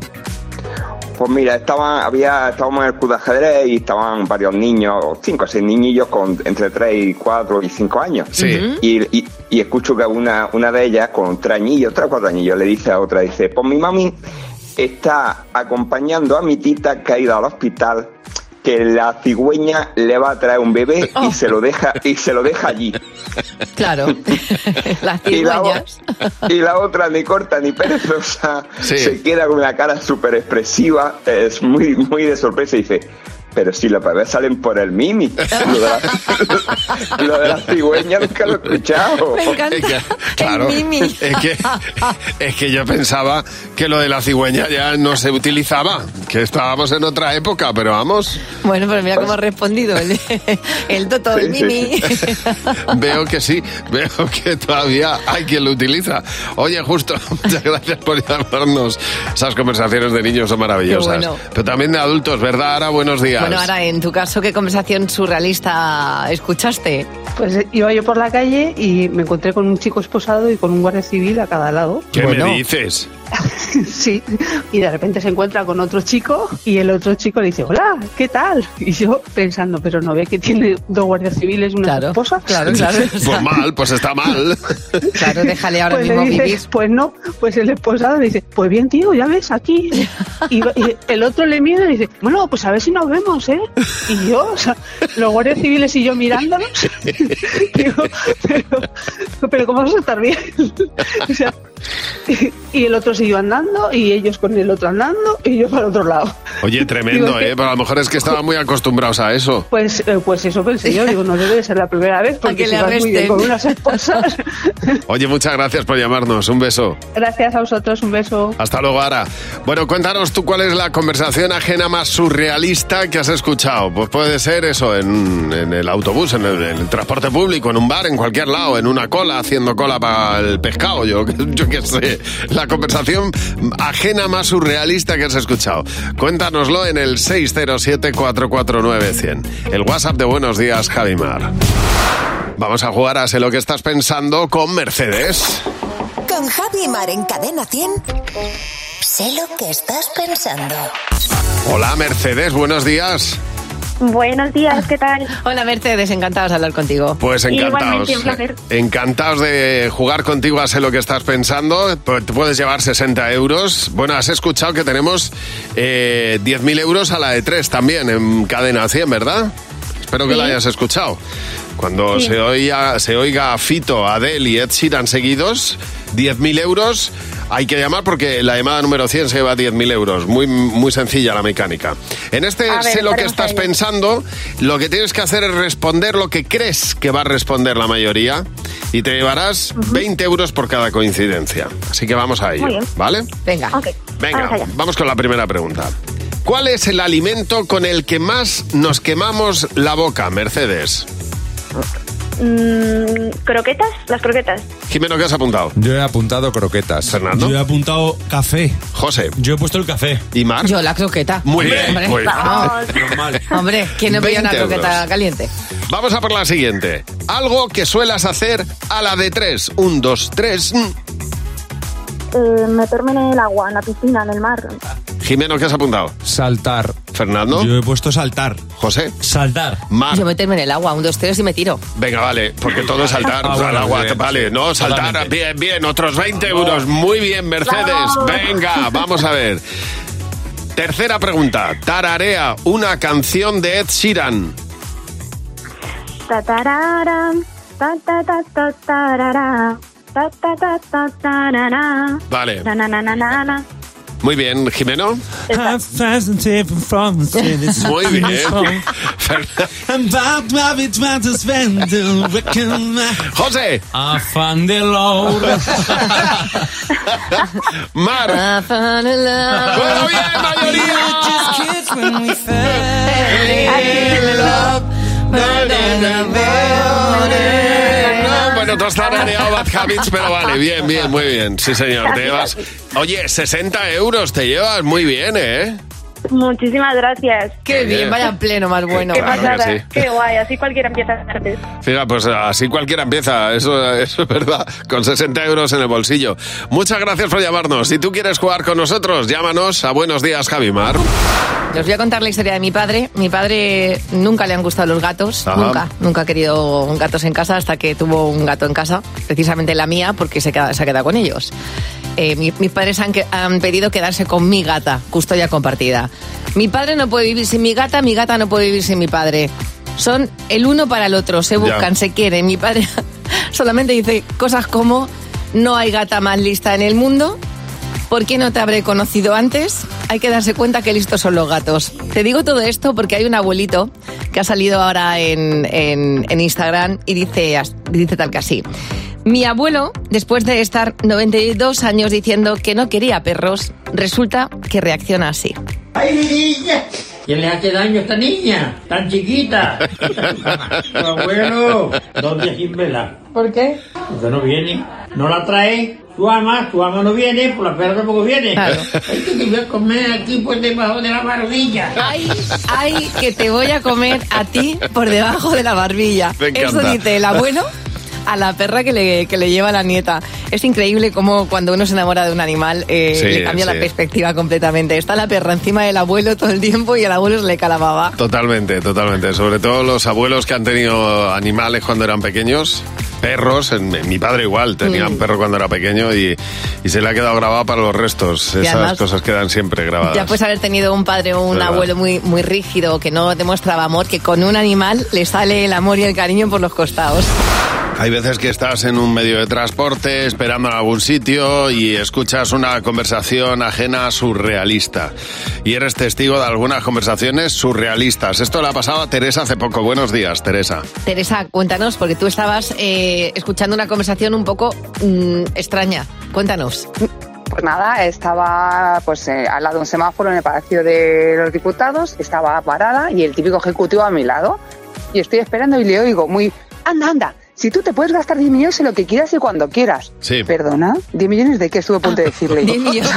S20: Pues mira, estaban, había, estábamos en el club de ajedrez y estaban varios niños, cinco o seis niñillos con entre 3 y 4 y 5 años.
S3: Sí.
S20: Y, y- y escucho que una, una de ellas con tres añillos, tres o cuatro añillos, le dice a otra, dice, pues mi mami está acompañando a mi tita que ha ido al hospital que la cigüeña le va a traer un bebé y se lo deja y se lo deja allí.
S4: Claro. Las
S20: Y la, o-
S4: cigüeñas.
S20: y la otra ni corta ni perezosa se queda con la cara súper expresiva, es muy, muy de sorpresa y dice, Pero si los bebés salen por el mimi. Lo de la, lo de la cigüeña nunca lo he escuchado.
S16: Me encanta.
S3: Es que, claro,
S16: mimi.
S3: Es que, es que yo pensaba que lo de la cigüeña ya no se utilizaba, que estábamos en otra época, pero vamos.
S4: Bueno, pero mira cómo ha respondido el, el Toto, el
S3: Sí, sí,
S4: Mimi.
S3: Veo que sí, veo que todavía hay quien lo utiliza. Oye, justo, muchas gracias por llamarnos. Esas conversaciones de niños son maravillosas.
S4: Qué bueno.
S3: Pero también de adultos, ¿verdad, Ara? Buenos días.
S4: Bueno, ahora en tu caso, ¿qué conversación surrealista escuchaste?
S19: Pues eh, iba yo por la calle y me encontré con un chico esposado y con un guardia civil a cada lado.
S3: ¿Qué
S19: Bueno,
S3: me dices?
S19: sí. Y de repente se encuentra con otro chico y el otro chico le dice, hola, ¿qué tal? Y yo pensando, pero no ve que tiene dos guardias civiles y una esposa.
S4: Claro, claro. o sea,
S3: Pues mal, pues está mal.
S4: claro, déjale ahora
S19: pues
S4: mismo
S19: le dice,
S4: vivir.
S19: Pues no, pues el esposado le dice, pues bien, tío, ya ves, aquí. Y, va- y el otro le mira y dice, bueno, pues a ver si nos vemos, ¿eh? Y yo, o sea, los guardias civiles y yo mirándonos, digo, pero, pero ¿cómo vas a estar bien? O sea, y el otro siguió andando y ellos con el otro andando y yo para el otro lado.
S3: Oye, tremendo,
S19: Digo, es
S3: ¿eh?
S19: que-
S3: Pero a lo mejor es que estaban muy acostumbrados a eso.
S19: Pues, eh, pues eso pensé yo, digo, no debe de ser la primera vez porque
S16: que
S19: si
S16: le
S19: vas muy bien
S16: arresten.
S19: con unas esposas.
S3: Oye, muchas gracias por llamarnos. Un beso.
S19: Gracias a vosotros, un beso.
S3: Hasta luego, Ara. Bueno, cuéntanos tú cuál es la conversación ajena más surrealista que has escuchado. Pues puede ser eso, en, en el autobús, en el, en el transporte público, en un bar, en cualquier lado, en una cola, haciendo cola para el pescado, yo, yo qué sé. La conversación ajena más surrealista que has escuchado. Cuéntanoslo en el 607-449-100. El WhatsApp de Buenos Días, Javimar. Vamos a jugar a Sé lo que estás pensando con Mercedes.
S21: Con Javi Mar en Cadena 100. Sé lo que estás pensando.
S3: Hola, Mercedes, buenos días.
S21: Buenos
S19: Ah.
S21: días, ¿qué tal?
S4: Hola, Mercedes, encantados de hablar contigo.
S3: Pues encantados.
S4: Igualmente, un placer.
S3: Encantados de jugar contigo a sé lo que estás pensando. Pu- Te puedes llevar 60 euros. Bueno, has escuchado que tenemos eh, 10.000 euros a la de 3 también en cadena 100, ¿verdad? Espero que
S22: Sí.
S3: la hayas escuchado. Cuando
S22: Sí.
S3: se, oiga, se oiga a Fito, Adele y Ed Sheeran seguidos, 10.000 euros. Hay que llamar porque la llamada número 100 se lleva 10.000 euros. Muy, muy sencilla la mecánica. En este
S22: A ver,
S3: sé lo que
S22: estaremos
S3: estás
S22: ahí.
S3: pensando, lo que tienes que hacer es responder lo que crees que va a responder la mayoría y te llevarás 20 euros por cada coincidencia. Así que vamos a ello,
S21: Muy bien.
S3: ¿vale?
S4: Venga.
S3: Venga,
S21: Vamos allá.
S3: vamos con la primera pregunta. ¿Cuál es el alimento con el que más nos quemamos la boca, Mercedes?
S1: Mm, ¿Croquetas? Las croquetas.
S3: Jimeno, ¿qué has apuntado?
S5: Yo he apuntado croquetas.
S3: Fernando.
S5: Yo he apuntado café.
S3: José.
S5: Yo he puesto el café.
S3: ¿Y Mar?
S4: Yo la croqueta.
S3: ¿Ah? Muy
S4: Hombre,
S3: bien,
S4: hombre,
S3: muy bien.
S4: vamos. Hombre, ¿quién no pilla una
S3: 20 euros.
S4: croqueta caliente?
S3: Vamos a por la siguiente. Algo que suelas hacer a la de tres. Un, dos, tres. Mm.
S21: Eh, meterme en el agua, en la piscina, en el mar.
S3: Jimeno, ¿qué has apuntado?
S5: Saltar.
S3: Fernando.
S5: Yo he puesto saltar.
S3: José.
S5: Saltar.
S3: Mar.
S4: Yo meterme en el agua, un, dos, tres y me tiro.
S3: Venga, vale, porque todo es saltar.
S5: Ah, bueno,
S3: al agua,
S5: bien,
S3: vale,
S5: sí,
S3: no, saltar,
S5: totalmente.
S3: bien, bien, otros 20 euros. Muy bien, Mercedes.
S5: Bravo.
S3: Venga, vamos a ver. Tercera pregunta. Tararea una canción de Ed Sheeran.
S21: Ta tarara, ta ta ta ta tarara, ta ta ta ta tarara.
S3: Vale.
S21: Na, na, na, na, na, na.
S3: Muy bien, Jimeno. Muy bien. José.
S18: Afán de Laura.
S3: Mar.
S4: Ah, Bueno,
S3: bien, Bueno, tú has tarareado Bad Habits, pero vale, bien, bien, muy bien. Sí, señor, te llevas. Oye, 60 euros te llevas, muy bien, ¿eh?
S21: Muchísimas gracias.
S4: Qué bien, vaya pleno más bueno.
S21: Qué
S3: Claro que
S21: pasada,
S3: sí.
S21: qué guay, así cualquiera empieza a hacer.
S3: Fija, pues así cualquiera empieza, eso, eh, eso es verdad, con 60 euros en el bolsillo. Muchas gracias por llamarnos. Si tú quieres jugar con nosotros, llámanos a Buenos Días, Javimar.
S4: Os voy a contar la historia de mi padre. Mi padre nunca le han gustado los gatos,
S3: Ajá.
S4: nunca, nunca ha querido gatos en casa hasta que tuvo un gato en casa, precisamente la mía, porque se, queda- se ha quedado con ellos. Eh, mi- mis padres han, que- han pedido quedarse con mi gata, custodia compartida. Mi padre no puede vivir sin mi gata, mi gata no puede vivir sin mi padre. Son el uno para el otro, se
S23: Ya.
S4: buscan, se quieren. Mi padre solamente dice cosas como no hay gata más lista en el mundo, ¿Por qué no te habré conocido antes? hay que darse cuenta que listos son los gatos. Te digo todo esto porque hay un abuelito que ha salido ahora en, en- en Instagram y dice, as- dice tal que así. Mi abuelo, después de estar 92 años diciendo que no quería perros, resulta que reacciona así.
S2: ¡Ay, mi niña! ¿Quién le hace daño a esta niña? ¡Tan chiquita! ¡Tu abuelo! Dos días sin vela.
S14: ¿Por qué?
S2: Usted no viene. No la trae. Tu ama, tu ama no viene, por la perra tampoco viene. Ay, que te voy a comer aquí por debajo de la barbilla.
S4: Ay, ay, que te voy a comer a ti por debajo de la barbilla.
S2: Me
S4: Eso
S2: encanta.
S4: dice el abuelo a la perra que le, que le lleva la nieta. Es increíble cómo cuando uno se enamora de un animal eh,
S3: Sí,
S4: le cambia
S3: sí.
S4: la perspectiva completamente. Está la perra encima del abuelo todo el tiempo y el abuelo se le calababa.
S3: Totalmente, totalmente. Sobre todo los abuelos que han tenido animales cuando eran pequeños. Perros, en- mi padre igual tenía un perro cuando era pequeño y, y se le ha quedado grabado para los restos. Esas
S4: además-
S3: cosas quedan siempre grabadas.
S4: Ya puedes haber tenido un padre o un
S3: Ah. Verdad.
S4: abuelo muy, muy rígido que no demostraba amor, que con un animal le sale el amor y el cariño por los costados.
S3: Hay veces que estás en un medio de transporte esperando en algún sitio y escuchas una conversación ajena surrealista. Y eres testigo de algunas conversaciones surrealistas. Esto le ha pasado a Teresa hace poco. Buenos días, Teresa.
S4: Teresa, cuéntanos, porque tú estabas eh, escuchando una conversación un poco mm, extraña. Cuéntanos.
S8: Pues nada, estaba pues eh, al lado de un semáforo en el Palacio de los Diputados, estaba parada y el típico ejecutivo a mi lado. Y estoy esperando y le oigo muy, anda, anda, si tú te puedes gastar 10 millones en lo que quieras y cuando quieras.
S3: Sí.
S8: Perdona, 10 millones de qué estuve a punto de decirle.
S4: 10 millones.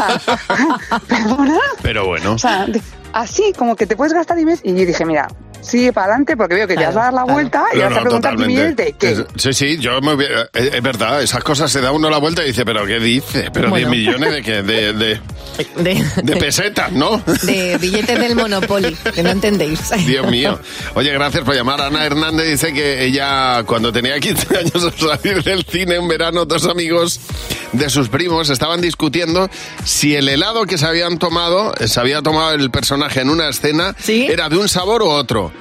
S8: Perdona.
S3: Pero bueno.
S8: O sea, de- así como que te puedes gastar 10 millones. Y yo dije, mira, sigue para adelante porque veo que te vas a dar la vuelta y
S3: Eh, No,
S8: vas a
S3: no,
S8: preguntar 10 millones de qué.
S3: Es- sí, sí, yo me hubiera- eh, es, es verdad, esas cosas se da uno la vuelta y dice, pero ¿qué dice? Pero
S4: Bueno.
S3: 10 millones de qué? De, de, de pesetas, ¿no?
S4: De billetes del Monopoly, que no entendéis.
S3: Dios mío. Oye, gracias por llamar. Ana Hernández dice que ella, cuando tenía 15 años al salir del cine en verano, dos amigos de sus primos estaban discutiendo si el helado que se habían tomado, se había tomado el personaje en una escena, era de un sabor u otro.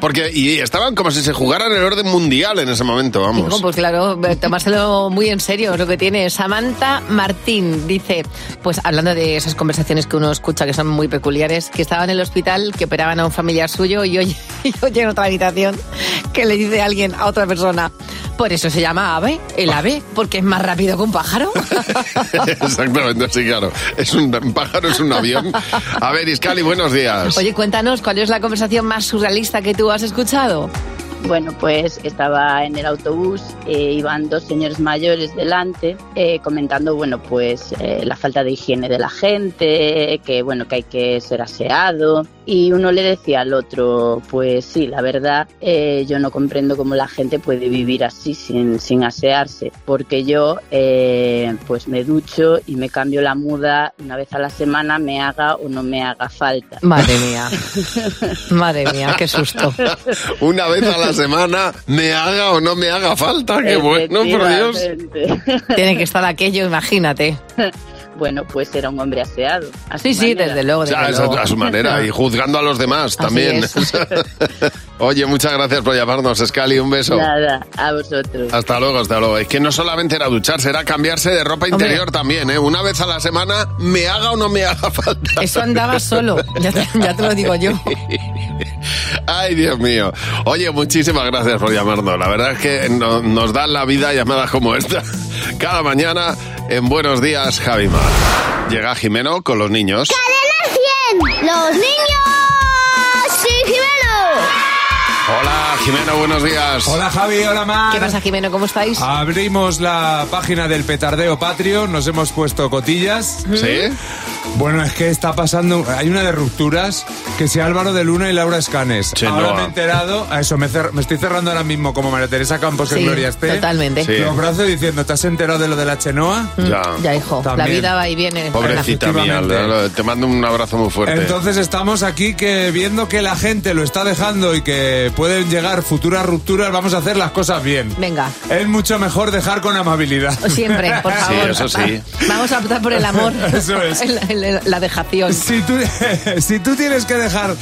S3: Porque, y estaban como si se jugaran el orden mundial en ese momento, vamos.
S4: Digo, pues claro, eh, tomárselo muy en serio es lo que tiene. Samantha Martín dice, pues hablando de esas conversaciones que uno escucha que son muy peculiares, que estaba en el hospital, que operaban a un familiar suyo y oye, y oye en otra habitación que le dice alguien a otra persona, por eso se llama ave, el
S3: Ah.
S4: ave, porque es más rápido que un pájaro.
S3: Exactamente, sí, claro. Es un pájaro, es un avión. A ver, Iscali, buenos días.
S4: Oye, cuéntanos, ¿cuál es la conversación más surrealista que tú has escuchado?
S22: Bueno, pues estaba en el autobús, eh, iban dos señores mayores delante, eh, comentando, bueno, pues eh, la falta de higiene de la gente, que bueno, que hay que ser aseado. Y uno le decía al otro, pues sí, la verdad, eh, yo no comprendo cómo la gente puede vivir así sin, sin asearse, porque yo eh, pues me ducho y me cambio la muda una vez a la semana, me haga o no me haga falta.
S4: Madre mía. Madre mía, Ah, qué susto.
S3: Una vez a la semana, me haga o no me haga falta. Qué bueno, por Dios.
S4: Tiene que estar aquello, imagínate.
S22: Bueno, pues era un hombre aseado. a su
S4: Sí, sí,
S22: manera.
S4: desde luego.
S3: O
S4: Desde
S3: sea, es
S4: luego.
S3: a su manera y juzgando a los demás también.
S22: es.
S3: Oye, muchas gracias por llamarnos, Scali. Un beso.
S22: Nada, a vosotros.
S3: Hasta luego, hasta luego. Es que no solamente era ducharse, era cambiarse de ropa interior también, ¿eh? Una vez a la semana, me haga o no me haga falta.
S4: Eso andaba solo, ya te, ya te lo digo yo.
S3: Ay, Dios mío. Oye, muchísimas gracias por llamarnos. La verdad es que no- nos dan la vida llamadas como esta. Cada mañana en Buenos Días, Javi Mar. Llega Jimeno con los niños.
S23: ¡Los niños! ¡Sí,
S3: Hola, Jimeno, buenos días.
S24: Hola Javi, hola Mar. Ah,
S4: ¿Qué pasa, Jimeno? ¿Cómo estáis?
S24: Abrimos la página del petardeo patrio, nos hemos puesto cotillas.
S3: ¿Sí?
S24: Bueno, es que está pasando, hay una de rupturas, que si Álvaro de Luna y Laura Escanes. Ahora
S3: Chenoa.
S24: me he enterado, a eso, me, cer- me estoy cerrando ahora mismo como María Teresa Campos
S4: Sí,
S24: en Gloria Esté.
S4: totalmente. Mm. Sí.
S24: Los brazos diciendo, ¿te has enterado de lo de la Chenoa?
S3: Ya.
S4: Ya, hijo, la
S24: También.
S4: vida va y viene.
S3: Pobrecita mía,
S24: Efectivamente.
S3: te mando un abrazo muy fuerte.
S24: Entonces estamos aquí que viendo que la gente lo está dejando y que pueden llegar futuras rupturas, vamos a hacer las cosas bien.
S4: Venga,
S24: Es mucho mejor dejar con amabilidad.
S4: siempre, por favor. Vamos a optar por el amor.
S24: Eso es.
S4: El- el- la dejación.
S24: Si tú, si tú tienes que dejar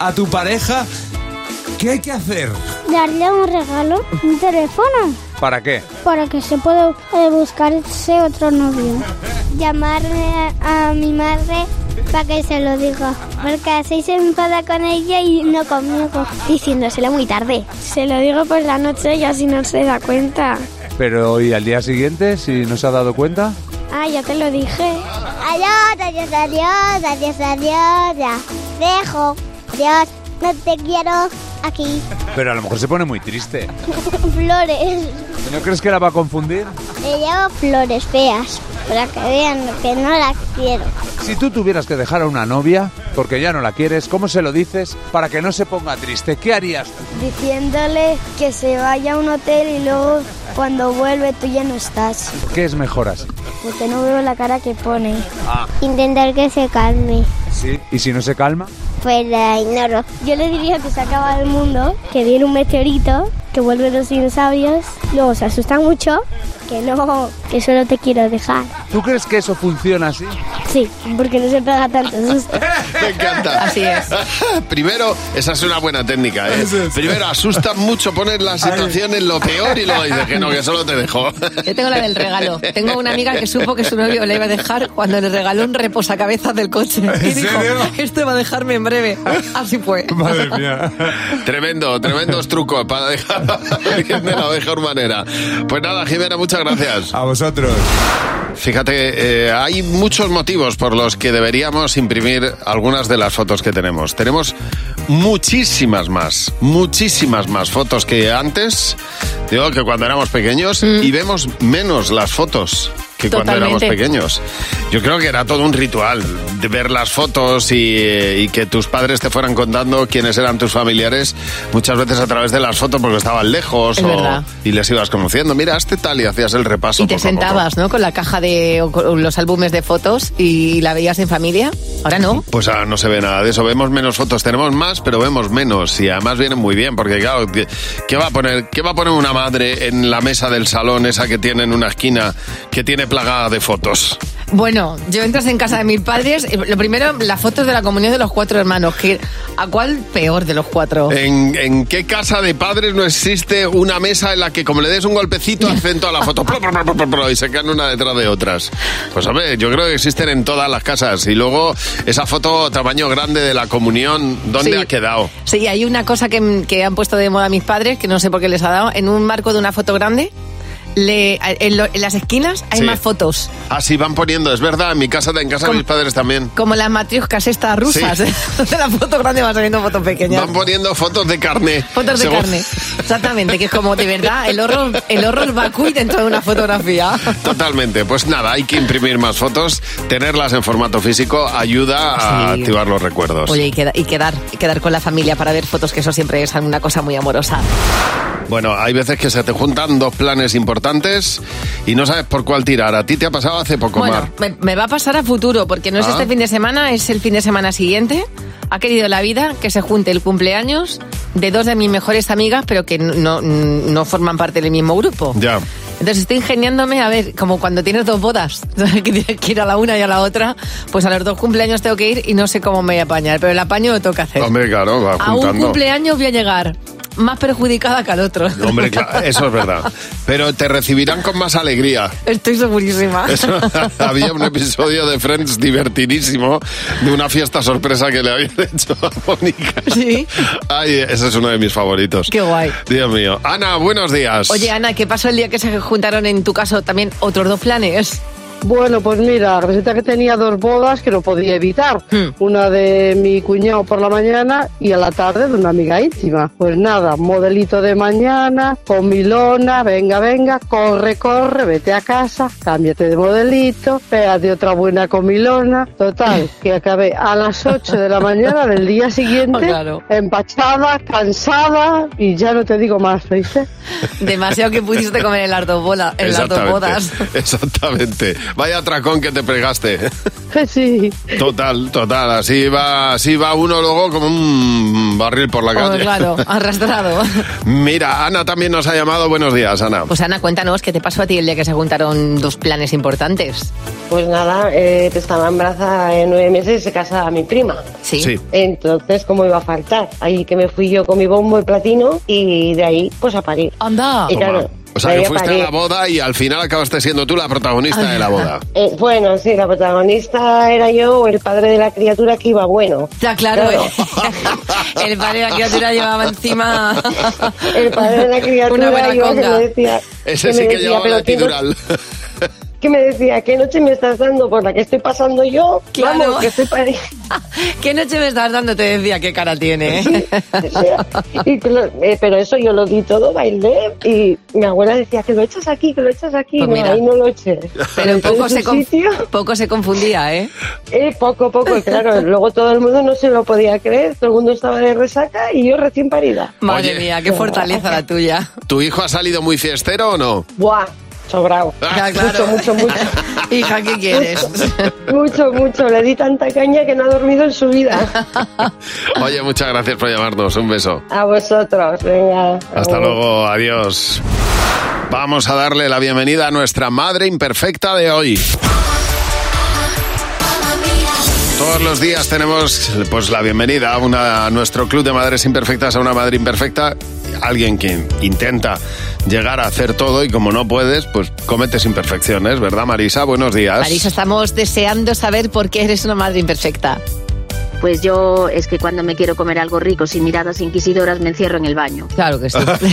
S24: a tu pareja, ¿qué hay que hacer?
S25: Darle un regalo, un teléfono,
S24: ¿Para qué?
S25: para que se pueda eh, buscarse otro novio. Llamarle a, a mi madre para que se lo diga. Porque así se enfada con ella y no conmigo, diciéndoselo muy tarde. Se lo digo por la noche y así no se da cuenta.
S6: Pero ¿y al día siguiente, si no se ha dado cuenta?
S25: Ah, ya te lo dije.
S23: Adiós, adiós, adiós, adiós, adiós. Ya. Dejo. Adiós. No te quiero aquí.
S6: Pero a lo mejor se pone muy triste.
S23: Flores.
S6: ¿No crees que la va a confundir?
S23: Le llevo flores feas para que vean que no las quiero.
S6: Si tú tuvieras que dejar a una novia, porque ya no la quieres, ¿cómo se lo dices para que no se ponga triste? ¿Qué harías tú?
S25: Diciéndole que se vaya a un hotel y luego cuando vuelve tú ya no estás.
S6: ¿Qué es mejor así?
S25: Porque no veo la cara que pone.
S6: Ah,
S25: Intentar que se calme.
S6: sí. ¿Y si no se calma?
S25: Pues la ignoro. Yo le diría que se acaba el mundo, que viene un meteorito, que vuelven los dinosaurios, luego se asustan mucho, que no, que solo te quiero dejar.
S6: ¿Tú crees que eso funciona así?
S25: Sí, porque no se pega tanto susto.
S3: Me encanta.
S25: Así es.
S3: Primero, esa es una buena técnica. ¿eh? Primero, asusta mucho poner la situación en lo peor y luego dices que no, que solo te dejo.
S4: Yo tengo la del regalo. Tengo una amiga que supo que su novio le iba a dejar cuando le regaló un reposacabezas del coche. Y dijo, este va a dejarme en breve. Así fue.
S3: Tremendo, tremendos trucos para dejar a alguien de la mejor manera. Pues nada, Jimena, muchas gracias.
S6: A vosotros.
S3: Fíjate, eh, hay muchos motivos por los que deberíamos imprimir algunas de las fotos que tenemos. Tenemos muchísimas más, muchísimas más fotos que antes. Digo que cuando éramos pequeños y vemos menos las fotos que cuando éramos
S9: Totalmente.
S3: pequeños. Yo creo que era todo un ritual de ver las fotos y, eh, y que tus padres te fueran contando quiénes eran tus familiares, muchas veces a través de las fotos porque estaban lejos
S4: Es
S3: o-
S4: verdad.
S3: y les ibas conociendo. Mira, este tal y hacías el repaso.
S4: Y te
S3: poco a poco.
S4: sentabas, ¿no? Con la caja de o con los álbumes de fotos y la veías en familia. Ahora no.
S3: Pues ahora no se ve nada de eso. Vemos menos fotos, tenemos más, pero vemos menos. Y además vienen muy bien, porque claro, ¿qué- ¿qué va a poner, qué va a poner una madre en la mesa del salón, esa que tiene en una esquina, que tiene plagada de fotos?
S4: Bueno, yo entras en casa de mis padres. y Lo primero, las fotos de la comunión de los cuatro hermanos. que- ¿A cuál peor de los cuatro?
S3: ¿En, en qué casa de padres no existe una mesa en la que como le des un golpecito hacen todas las fotos plo, plo, plo, plo, plo, y se caen una detrás de otras? Pues hombre, yo creo que existen en todas las casas. Y luego esa foto tamaño grande de la comunión, ¿dónde
S4: Sí.
S3: ha quedado?
S4: Sí, hay una cosa que, que han puesto de moda mis padres, que no sé por qué les ha dado. En un marco de una foto grande, le- en, lo- en las esquinas hay
S3: Sí.
S4: más fotos.
S3: Así Ah, van poniendo, es verdad, en mi casa, en casa de mis padres también.
S4: Como las matrioscas estas rusas.
S3: Sí.
S4: de la foto grande van saliendo fotos pequeñas.
S3: Van poniendo fotos de carne.
S4: Fotos de
S3: Según-
S4: carne. Exactamente, que es como de verdad el horror, el horror vacui dentro de una fotografía.
S3: Totalmente. Pues nada, hay que imprimir más fotos, tenerlas en formato físico ayuda a
S4: Sí.
S3: activar los recuerdos.
S4: Oye, y, queda- y quedar, y quedar con la familia para ver fotos, que eso siempre es una cosa muy amorosa.
S3: Bueno, hay veces que se te juntan dos planes importantes y no sabes por cuál tirar. A ti te ha pasado hace poco,
S4: Bueno,
S3: Mar.
S4: me, me va a pasar a futuro, porque no es
S3: Ah.
S4: este fin de semana, es el fin de semana siguiente. Ha querido la vida que se junte el cumpleaños de dos de mis mejores amigas, pero que no, no forman parte del mismo grupo.
S3: Ya.
S4: Entonces estoy ingeniándome, a ver, como cuando tienes dos bodas, que tienes que ir a la una y a la otra, pues a los dos cumpleaños tengo que ir y no sé cómo me voy a apañar, pero el apaño lo toca hacer.
S3: Hombre, claro, va
S4: eh, a un
S3: juntando.
S4: cumpleaños voy a llegar más perjudicada que al otro.
S3: Hombre, claro, eso es verdad. Pero te recibirán con más alegría.
S4: Estoy segurísima.
S3: Eso- había un episodio de Friends divertidísimo de una fiesta sorpresa que le habían hecho a Mónica.
S4: Sí.
S3: Ay, ese es uno de mis favoritos.
S4: Qué guay.
S3: Dios mío. Ana, buenos días.
S4: Oye, Ana, ¿qué pasó el día que se juntaron en tu caso también otros dos planes?
S10: Bueno, pues mira, resulta que tenía dos bodas que no podía evitar.
S4: Hmm.
S10: Una de mi cuñado por la mañana y a la tarde de una amiga íntima. Pues nada, modelito de mañana, con milona, venga, venga, corre, corre, vete a casa, cámbiate de modelito, pégate otra buena con milona. Total,
S4: Hmm.
S10: que acabé a las 8 de la mañana del día
S4: Oh,
S10: siguiente, empachada, cansada y ya no te digo más, ¿oíste?
S4: Demasiado que pudiste comer en las dos, bola- en las dos bodas.
S3: Exactamente. Vaya tracón que te pregaste.
S10: Sí.
S3: Total, total. Así va, así va uno luego como un barril por la calle.
S4: Oh, claro, arrastrado.
S3: Mira, Ana también nos ha llamado. Buenos días, Ana.
S4: Pues Ana, cuéntanos, ¿qué te pasó a ti el día que se juntaron dos planes importantes?
S9: Pues nada, eh, estaba embarazada de nueve meses y se casaba mi prima.
S4: Sí.
S9: Entonces, ¿cómo iba a faltar? Ahí que me fui yo con mi bombo y platino y de ahí, pues a París.
S4: ¡Anda!
S9: Y claro,
S4: Toma.
S3: O sea,
S17: Me
S3: que
S17: dio
S3: fuiste a
S17: parir.
S3: la boda y al final acabaste siendo tú la protagonista de la boda.
S17: Eh, bueno, sí, la protagonista era yo o el padre de la criatura que iba bueno.
S4: Está claro. El padre de la criatura llevaba encima.
S17: El padre de la
S4: Una
S17: criatura
S4: buena
S17: yo que
S4: conga.
S17: me decía.
S3: Ese
S17: que
S3: sí
S17: me
S3: que
S17: decía,
S3: llevaba
S17: "Pero
S3: la
S17: qué no-
S3: titular.
S17: que me decía, ¿qué noche me estás dando por la que estoy pasando yo?
S4: Claro.
S17: Vamos, que estoy pari-
S4: ¿Qué noche me estás dando? Te decía qué cara tiene. ¿eh?
S17: y cla- eh, pero eso yo lo di todo, bailé, y mi abuela decía, que lo echas aquí, que lo echas aquí,
S4: Pues
S17: no,
S4: mira.
S17: ahí no lo eches.
S4: Pero poco
S17: en
S4: se,
S17: su
S4: con- poco se confundía, ¿eh?
S17: Eh, poco a poco, claro, luego todo el mundo no se lo podía creer, todo el mundo estaba de resaca y yo recién parida.
S4: Madre mía, qué fortaleza la tuya.
S3: ¿Tu hijo ha salido muy fiestero o no? Ah,
S17: Buah, sobrado.
S4: claro.
S17: Mucho, mucho, mucho.
S4: Hija, ¿qué quieres?
S17: Mucho, mucho. Le di tanta caña que no ha dormido en su vida.
S3: Oye, muchas gracias por llamarnos. Un beso.
S17: A vosotros, venga.
S3: Hasta luego, adiós. Vamos a darle la bienvenida a nuestra madre imperfecta de hoy. Todos los días tenemos pues la bienvenida a, una- a nuestro club de madres imperfectas, a una madre imperfecta, alguien que intenta llegar a hacer todo y como no puedes, pues cometes imperfecciones, ¿verdad Marisa? Buenos días.
S4: Marisa, estamos deseando saber por qué eres una madre imperfecta.
S7: Pues yo es que cuando me quiero comer algo rico sin miradas inquisidoras me encierro en el baño.
S4: Claro que sí.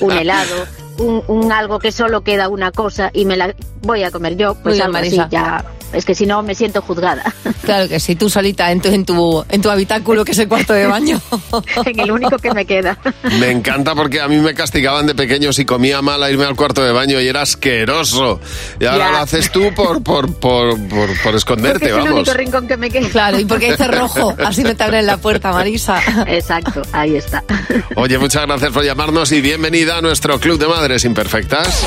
S7: Un helado, un, un algo que solo queda una cosa y me la voy a comer yo,
S4: Muy
S7: pues
S4: bien,
S7: algo así
S4: Marisa.
S7: ya. Es que si no me siento juzgada.
S4: Claro que sí, tú solita en tu, en tu, en tu habitáculo, que es el cuarto de baño.
S7: en el único que me queda.
S3: Me encanta porque a mí me castigaban de pequeño si comía mal a irme al cuarto de baño y era asqueroso. Y ahora
S7: Ya.
S3: lo haces tú por, por, por, por, por
S7: Porque
S3: esconderte,
S7: es el
S3: vamos.
S7: único rincón que me queda.
S4: Claro, y porque dice rojo, así no te abren la puerta, Marisa.
S7: Exacto, ahí está.
S3: Oye, muchas gracias por llamarnos y bienvenida a nuestro Club de Madres Imperfectas.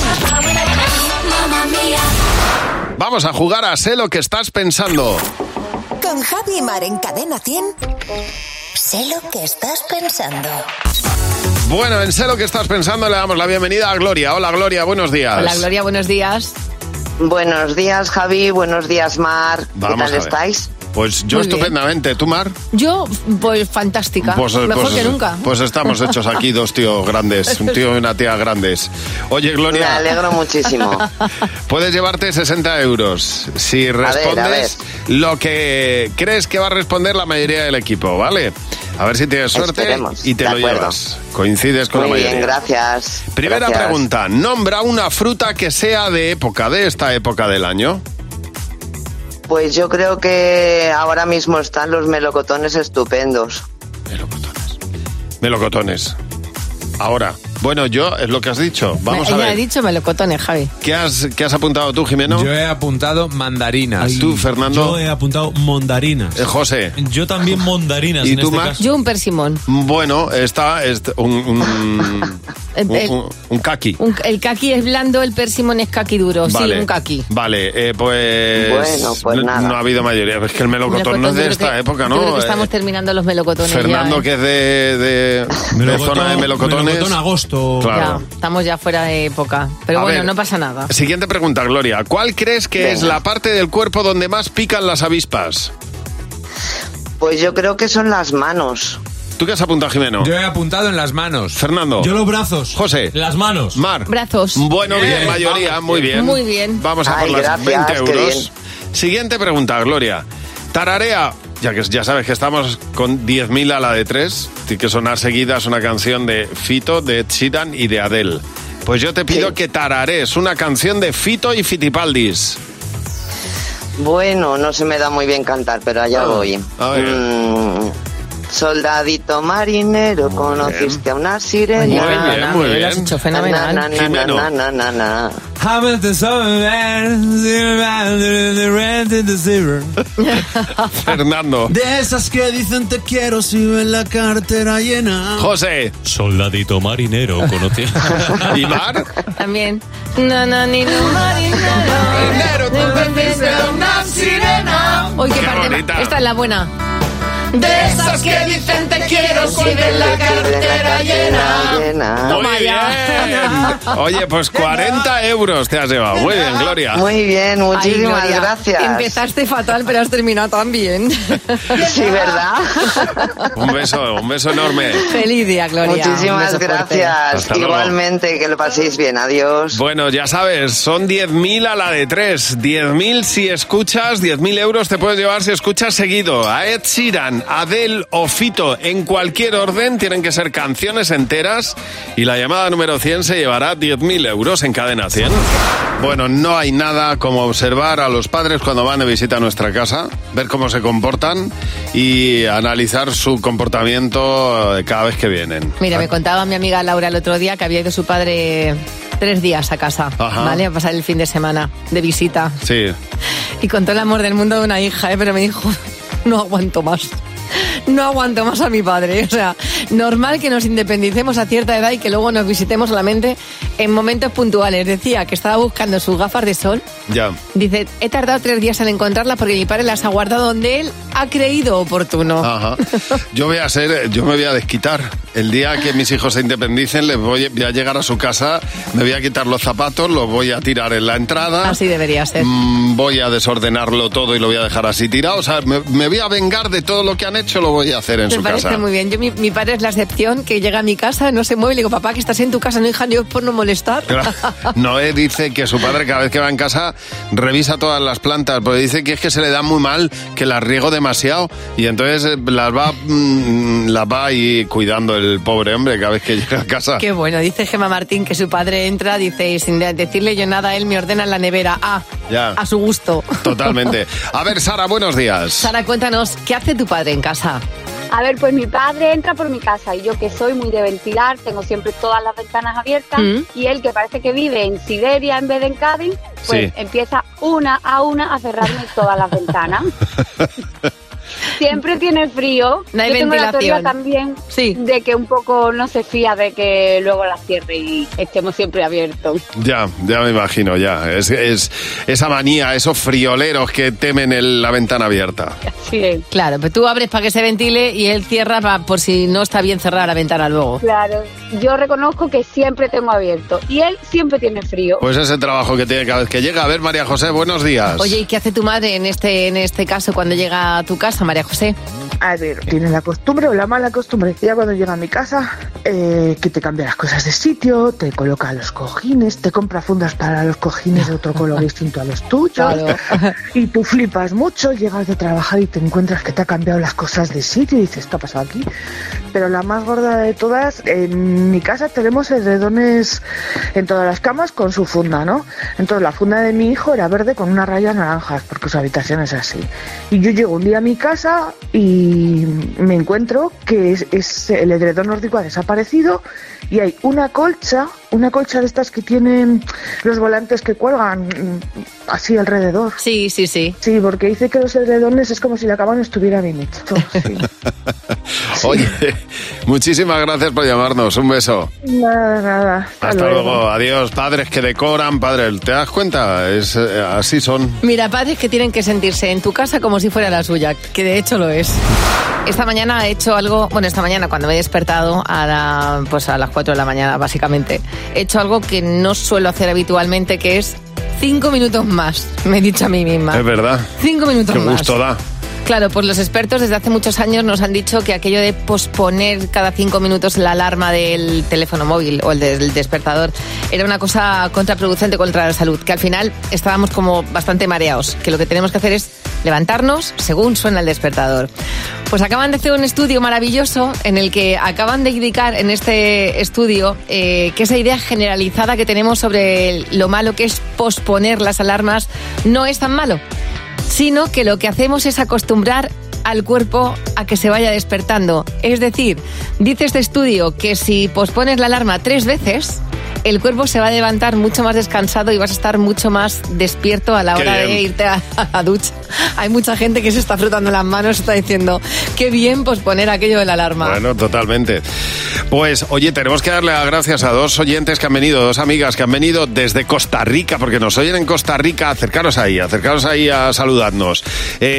S3: Vamos a jugar a Sé lo que estás pensando.
S11: Con Javi Mar en Cadena 100. Sé lo que estás pensando.
S3: Bueno, en Sé lo que estás pensando le damos la bienvenida a Gloria. Hola Gloria, buenos días.
S4: Hola, Gloria, buenos días.
S11: Buenos días, Javi. Buenos días, Mar.
S3: Vamos a
S11: ¿Qué tal
S3: ver.
S11: estáis?
S3: Pues yo
S11: Muy bien.
S3: estupendamente, ¿tú Mar?
S4: Yo, pues fantástica.
S3: Pues, eh,
S4: Mejor
S3: pues,
S4: que nunca.
S3: Pues estamos hechos aquí dos tíos grandes, un tío y una tía grandes. Oye, Gloria.
S11: Me alegro muchísimo.
S3: Puedes llevarte 60 euros si respondes
S11: a ver.
S3: lo que crees que va a responder la mayoría del equipo, ¿vale? A ver si tienes suerte
S11: Esperemos,
S3: y te
S11: de
S3: lo
S11: acuerdo.
S3: llevas. Coincides con
S11: Muy
S3: la mayoría.
S11: bien, gracias.
S3: Primera
S11: Gracias.
S3: pregunta, nombra una fruta que sea de época, de esta época del año.
S11: Pues yo creo que ahora mismo están los melocotones estupendos.
S3: Melocotones. Ahora, bueno, yo es lo que has dicho. Vamos a
S4: Ella ha
S3: ver.
S4: dicho melocotones, Javi.
S3: ¿Qué has, qué has apuntado tú, Jimeno?
S24: Yo he apuntado mandarinas.
S3: ¿Tú, Fernando? Eh,
S24: Yo he apuntado mondarinas.
S3: José.
S18: Yo también mondarinas
S3: ¿Y
S18: en
S3: tú,
S18: este
S3: Mar?
S18: caso.
S4: Yo un persimón.
S3: Bueno, está, está un, un,
S4: El-
S3: un- un- un kaki.
S4: Eh, Un- el kaki es blando, el persimón es kaki duro. Sí, un kaki.
S3: Vale, eh, pues.
S11: Bueno, pues
S3: no,
S11: nada.
S3: no ha habido mayoría. Es que el melocotón
S4: Melocotón,
S3: no es
S4: pues yo
S3: de
S4: creo
S3: esta
S4: que-
S3: época,
S4: yo
S3: ¿no?
S4: creo que
S3: Eh,
S4: estamos terminando los melocotones. ya,
S3: Fernando,
S4: ¿eh?
S3: que es de, de- de zona de melocotones.
S24: melocotón agosto.
S3: Claro.
S4: Ya, estamos ya fuera de época. Pero
S3: A
S4: bueno,
S3: ver.
S4: no pasa nada.
S3: Siguiente pregunta, Gloria. ¿Cuál crees que es la parte del cuerpo donde más pican las avispas?
S11: Pues yo creo que son las manos.
S3: ¿Tú qué has apuntado, Jimeno?
S24: Yo he apuntado en las manos.
S3: Fernando.
S24: Yo los brazos.
S3: José.
S24: Las manos.
S3: Mar.
S4: Brazos.
S3: Bueno, bien, mayoría, muy bien.
S4: Muy bien.
S3: Vamos a
S11: Ay,
S3: por las
S11: gracias,
S3: 20
S11: qué
S3: euros. Siguiente pregunta, Gloria. Tararea, ya que ya sabes que estamos con 10.000 a la de 3, que sonar seguidas una canción de Fito, de Ed Sheeran y de Adele. Pues yo te pido que tararees una canción de Fito y Fitipaldis.
S11: Bueno, no se me da muy bien cantar, pero allá
S3: Ah,
S11: voy.
S3: a ver.
S11: Mm, soldadito marinero, conociste a una sirena.
S24: Muy bien,
S11: Na, na,
S24: muy
S11: na,
S24: bien.
S11: na,
S24: Lo has hecho
S11: na,
S24: fenomenal.
S11: na, na,
S24: Jimeno.
S11: na, na, na, na.
S3: Fernando.
S24: De esas que dicen te quiero si ven la cartera llena.
S3: José.
S18: Soldadito marinero, conocí.
S3: ¿Y Mar?
S4: También. No, no, ni no,
S3: marinero.
S4: Hoy qué, parte más- Esta es la buena.
S12: De esas que dicen te quiero, soy de la carretera
S4: Ah,
S12: llena.
S3: Muy bien. Oye, pues 40 euros te has llevado. Ah, Muy bien, Gloria.
S11: Muy bien, muchísimas
S4: Gloria,
S11: gracias.
S4: Empezaste fatal, pero has terminado tan bien.
S11: Sí, ¿verdad?
S3: Un beso, un beso enorme.
S4: Feliz día, Gloria.
S11: Muchísimas
S4: Un beso fuerte.
S11: gracias.
S3: Hasta luego.
S11: Igualmente, que lo paséis bien. Adiós.
S3: Bueno, ya sabes, son 10.000 a la de 3. 10.000 si escuchas, 10.000 euros te puedes llevar si escuchas seguido. A Ed Sheeran, Adele o Fito, en cualquier orden, tienen que ser canciones enteras y la llamada número 100 se llevará 10.000 euros en cadena 100. Bueno, no hay nada como observar a los padres cuando van de visita a nuestra casa, ver cómo se comportan y analizar su comportamiento eh, cada vez que vienen.
S4: Mira, me contaba mi amiga Laura el otro día que había ido su padre tres días a casa,
S3: Ajá.
S4: ¿vale? A pasar el fin de semana de visita.
S3: Sí.
S4: Y con todo el amor del mundo de una hija, ¿eh? pero me dijo, no aguanto más. No aguanto más a mi padre. O sea, normal que nos independicemos a cierta edad y que luego nos visitemos solamente en momentos puntuales. Decía que estaba buscando sus gafas de sol.
S3: Ya.
S4: Dice, he tardado tres días en encontrarlas porque mi padre las ha guardado donde él ha creído oportuno.
S3: Ajá. Yo voy a ser, eh, yo me voy a desquitar. El día que mis hijos se independicen, les voy, voy a llegar a su casa, me voy a quitar los zapatos, los voy a tirar en la entrada,
S4: Así debería ser.
S3: mm, voy a desordenarlo todo y lo voy a dejar así tirado. O sea, me, me voy a vengar de todo lo que han hecho, lo voy a hacer en
S4: Me
S3: su
S4: parece
S3: casa.
S4: muy bien. Yo, mi, mi padre es la excepción que llega a mi casa, no se mueve y le digo, papá, que estás en tu casa, no hija, yo es por no molestar.
S3: Claro. Noé dice que su padre cada vez que va en casa revisa todas las plantas, porque dice que es que se le da muy mal, que las riego demasiado y entonces eh, las va, mm, las va ahí cuidando el pobre hombre cada vez que llega a casa.
S4: Qué bueno, dice Gemma Martín que su padre entra, dice, y sin de- decirle yo nada, él me ordena en la nevera. Ah,
S3: Ya.
S4: a su gusto.
S3: Totalmente. A ver, Sara, buenos días.
S4: Sara, cuéntanos, ¿qué hace tu padre en casa?
S13: A ver, pues mi padre entra por mi casa y yo que soy muy de ventilar, tengo siempre todas las ventanas abiertas
S4: Mm.
S13: y él que parece que vive en Siberia en vez de en Cádiz, pues
S3: Sí.
S13: empieza una a una a cerrarme todas las ventanas. Siempre tiene frío.
S4: No hay
S13: yo tengo la teoría
S4: ventilación.
S13: también de que un poco Pues no se fía de que luego la cierre y estemos siempre abiertos.
S3: Ya, ya me imagino, ya. Es, es- esa manía, esos frioleros que temen el- la ventana abierta.
S13: Sí.
S4: Claro, pero tú abres para que se ventile y él cierra pa- por si no está bien cerrada la ventana luego.
S13: Claro, yo reconozco que siempre tengo abierto y él siempre tiene frío.
S3: Pues ese trabajo que tiene cada vez que llega. A ver, María José, buenos días.
S4: Oye, ¿y qué hace tu madre en este, en este caso cuando llega a tu casa, María José?
S26: A ver, tienes la costumbre o la mala costumbre. Ya cuando llega a mi casa, eh, que te cambia las cosas de sitio, te coloca los cojines, te compra fundas para los cojines de otro color distinto a los tuyos.
S4: Claro.
S26: Y tú flipas mucho, llegas de trabajar y te encuentras que te ha cambiado las cosas de sitio y dices, ¿qué ha pasado aquí? Pero la más gorda de todas, en mi casa tenemos edredones en todas las camas con su funda, ¿no? Entonces la funda de mi hijo era verde con unas rayas naranjas, porque su habitación es así. Y yo llego un día a mi casa y me encuentro que es, es- el edredón nórdico ha desaparecido y hay una colcha, una colcha de estas que tienen los volantes que cuelgan mm, así alrededor.
S4: Sí, sí, sí.
S26: Sí, porque dice que los edredones es como si la cama no estuviera bien hecho.
S3: Oye, muchísimas gracias por llamarnos. Un beso.
S26: Nada, nada.
S3: Hasta, luego. Adiós, padres que decoran, padres. ¿Te das cuenta? Es, eh, así son.
S4: Mira, padres que tienen que sentirse en tu casa como si fuera la suya, que de hecho lo es. Esta mañana he hecho algo, bueno, esta mañana cuando me he despertado a, la- pues a las 4 de la mañana básicamente, he hecho algo que no suelo hacer habitualmente, que es cinco minutos más, me he dicho a mí misma.
S3: Es verdad.
S4: Cinco minutos
S3: Qué
S4: más.
S3: gusto da.
S4: Claro, pues los expertos desde hace muchos años nos han dicho que aquello de posponer cada cinco minutos la alarma del teléfono móvil o el del despertador era una cosa contraproducente contra la salud, que al final estábamos como bastante mareados, que lo que tenemos que hacer es levantarnos según suena el despertador. Pues acaban de hacer un estudio maravilloso en el que acaban de indicar en este estudio eh, que esa idea generalizada que tenemos sobre el- lo malo que es posponer las alarmas no es tan malo sino que lo que hacemos es acostumbrar al cuerpo a que se vaya despertando. Es decir, dice este estudio que si pospones la alarma tres veces, el cuerpo se va a levantar mucho más descansado y vas a estar mucho más despierto a la
S27: Qué
S4: hora de
S27: bien.
S4: irte a la ducha. Hay mucha gente que se está frotando las manos, está diciendo, qué bien posponer aquello de la alarma.
S3: Bueno, totalmente. Pues oye, tenemos que darle las gracias a dos oyentes que han venido, dos amigas que han venido desde Costa Rica, porque nos oyen en Costa Rica. Acercaros ahí, acercaros ahí a saludarnos.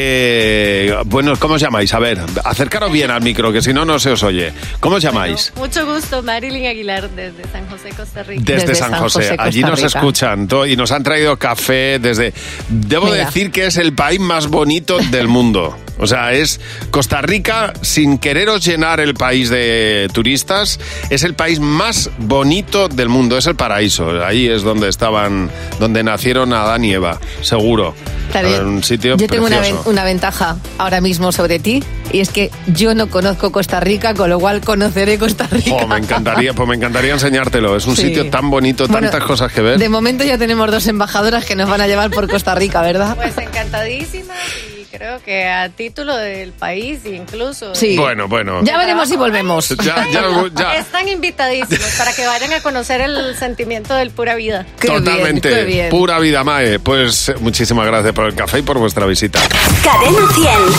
S3: Eh, bueno, ¿cómo os llamáis? A ver, acercaros bien al micro, que si no, no se os oye. ¿Cómo os llamáis?
S1: Mucho gusto, Marilyn Aguilar, desde San José, Costa Rica.
S3: Desde, San José, allí nos escuchan to- y nos han traído café desde... Debo
S1: Mira.
S3: decir que es el país más bonito del mundo. O sea, es Costa Rica, sin quereros llenar el país de turistas, es el país más bonito del mundo, es el paraíso. Ahí es donde estaban, donde nacieron Adán y Eva, seguro.
S4: Está bien.
S3: Un sitio
S4: Yo tengo una,
S3: precioso.
S4: ven- una ventaja ahora mismo sobre ti y es que yo no conozco Costa Rica, con lo cual conoceré Costa Rica.
S3: Jo, me encantaría, pues me encantaría enseñártelo. Es un
S4: Sí.
S3: sitio tan bonito,
S4: Bueno,
S3: tantas cosas que ver.
S4: De momento ya tenemos dos embajadoras que nos van a llevar por Costa Rica, ¿verdad?
S1: Pues encantadísima y creo que a título del país incluso.
S3: Bueno, bueno.
S4: Ya veremos si volvemos.
S3: Ya, ya, ya.
S1: Están invitadísimos para que vayan a conocer el sentimiento del pura vida.
S3: Totalmente. Pura vida, Mae. Pues eh, muchísimas gracias por el café y por vuestra visita.
S12: Cadena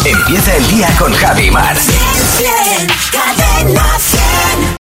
S12: 100.
S3: Empieza el día con Javi Mar.
S12: Cadena 100.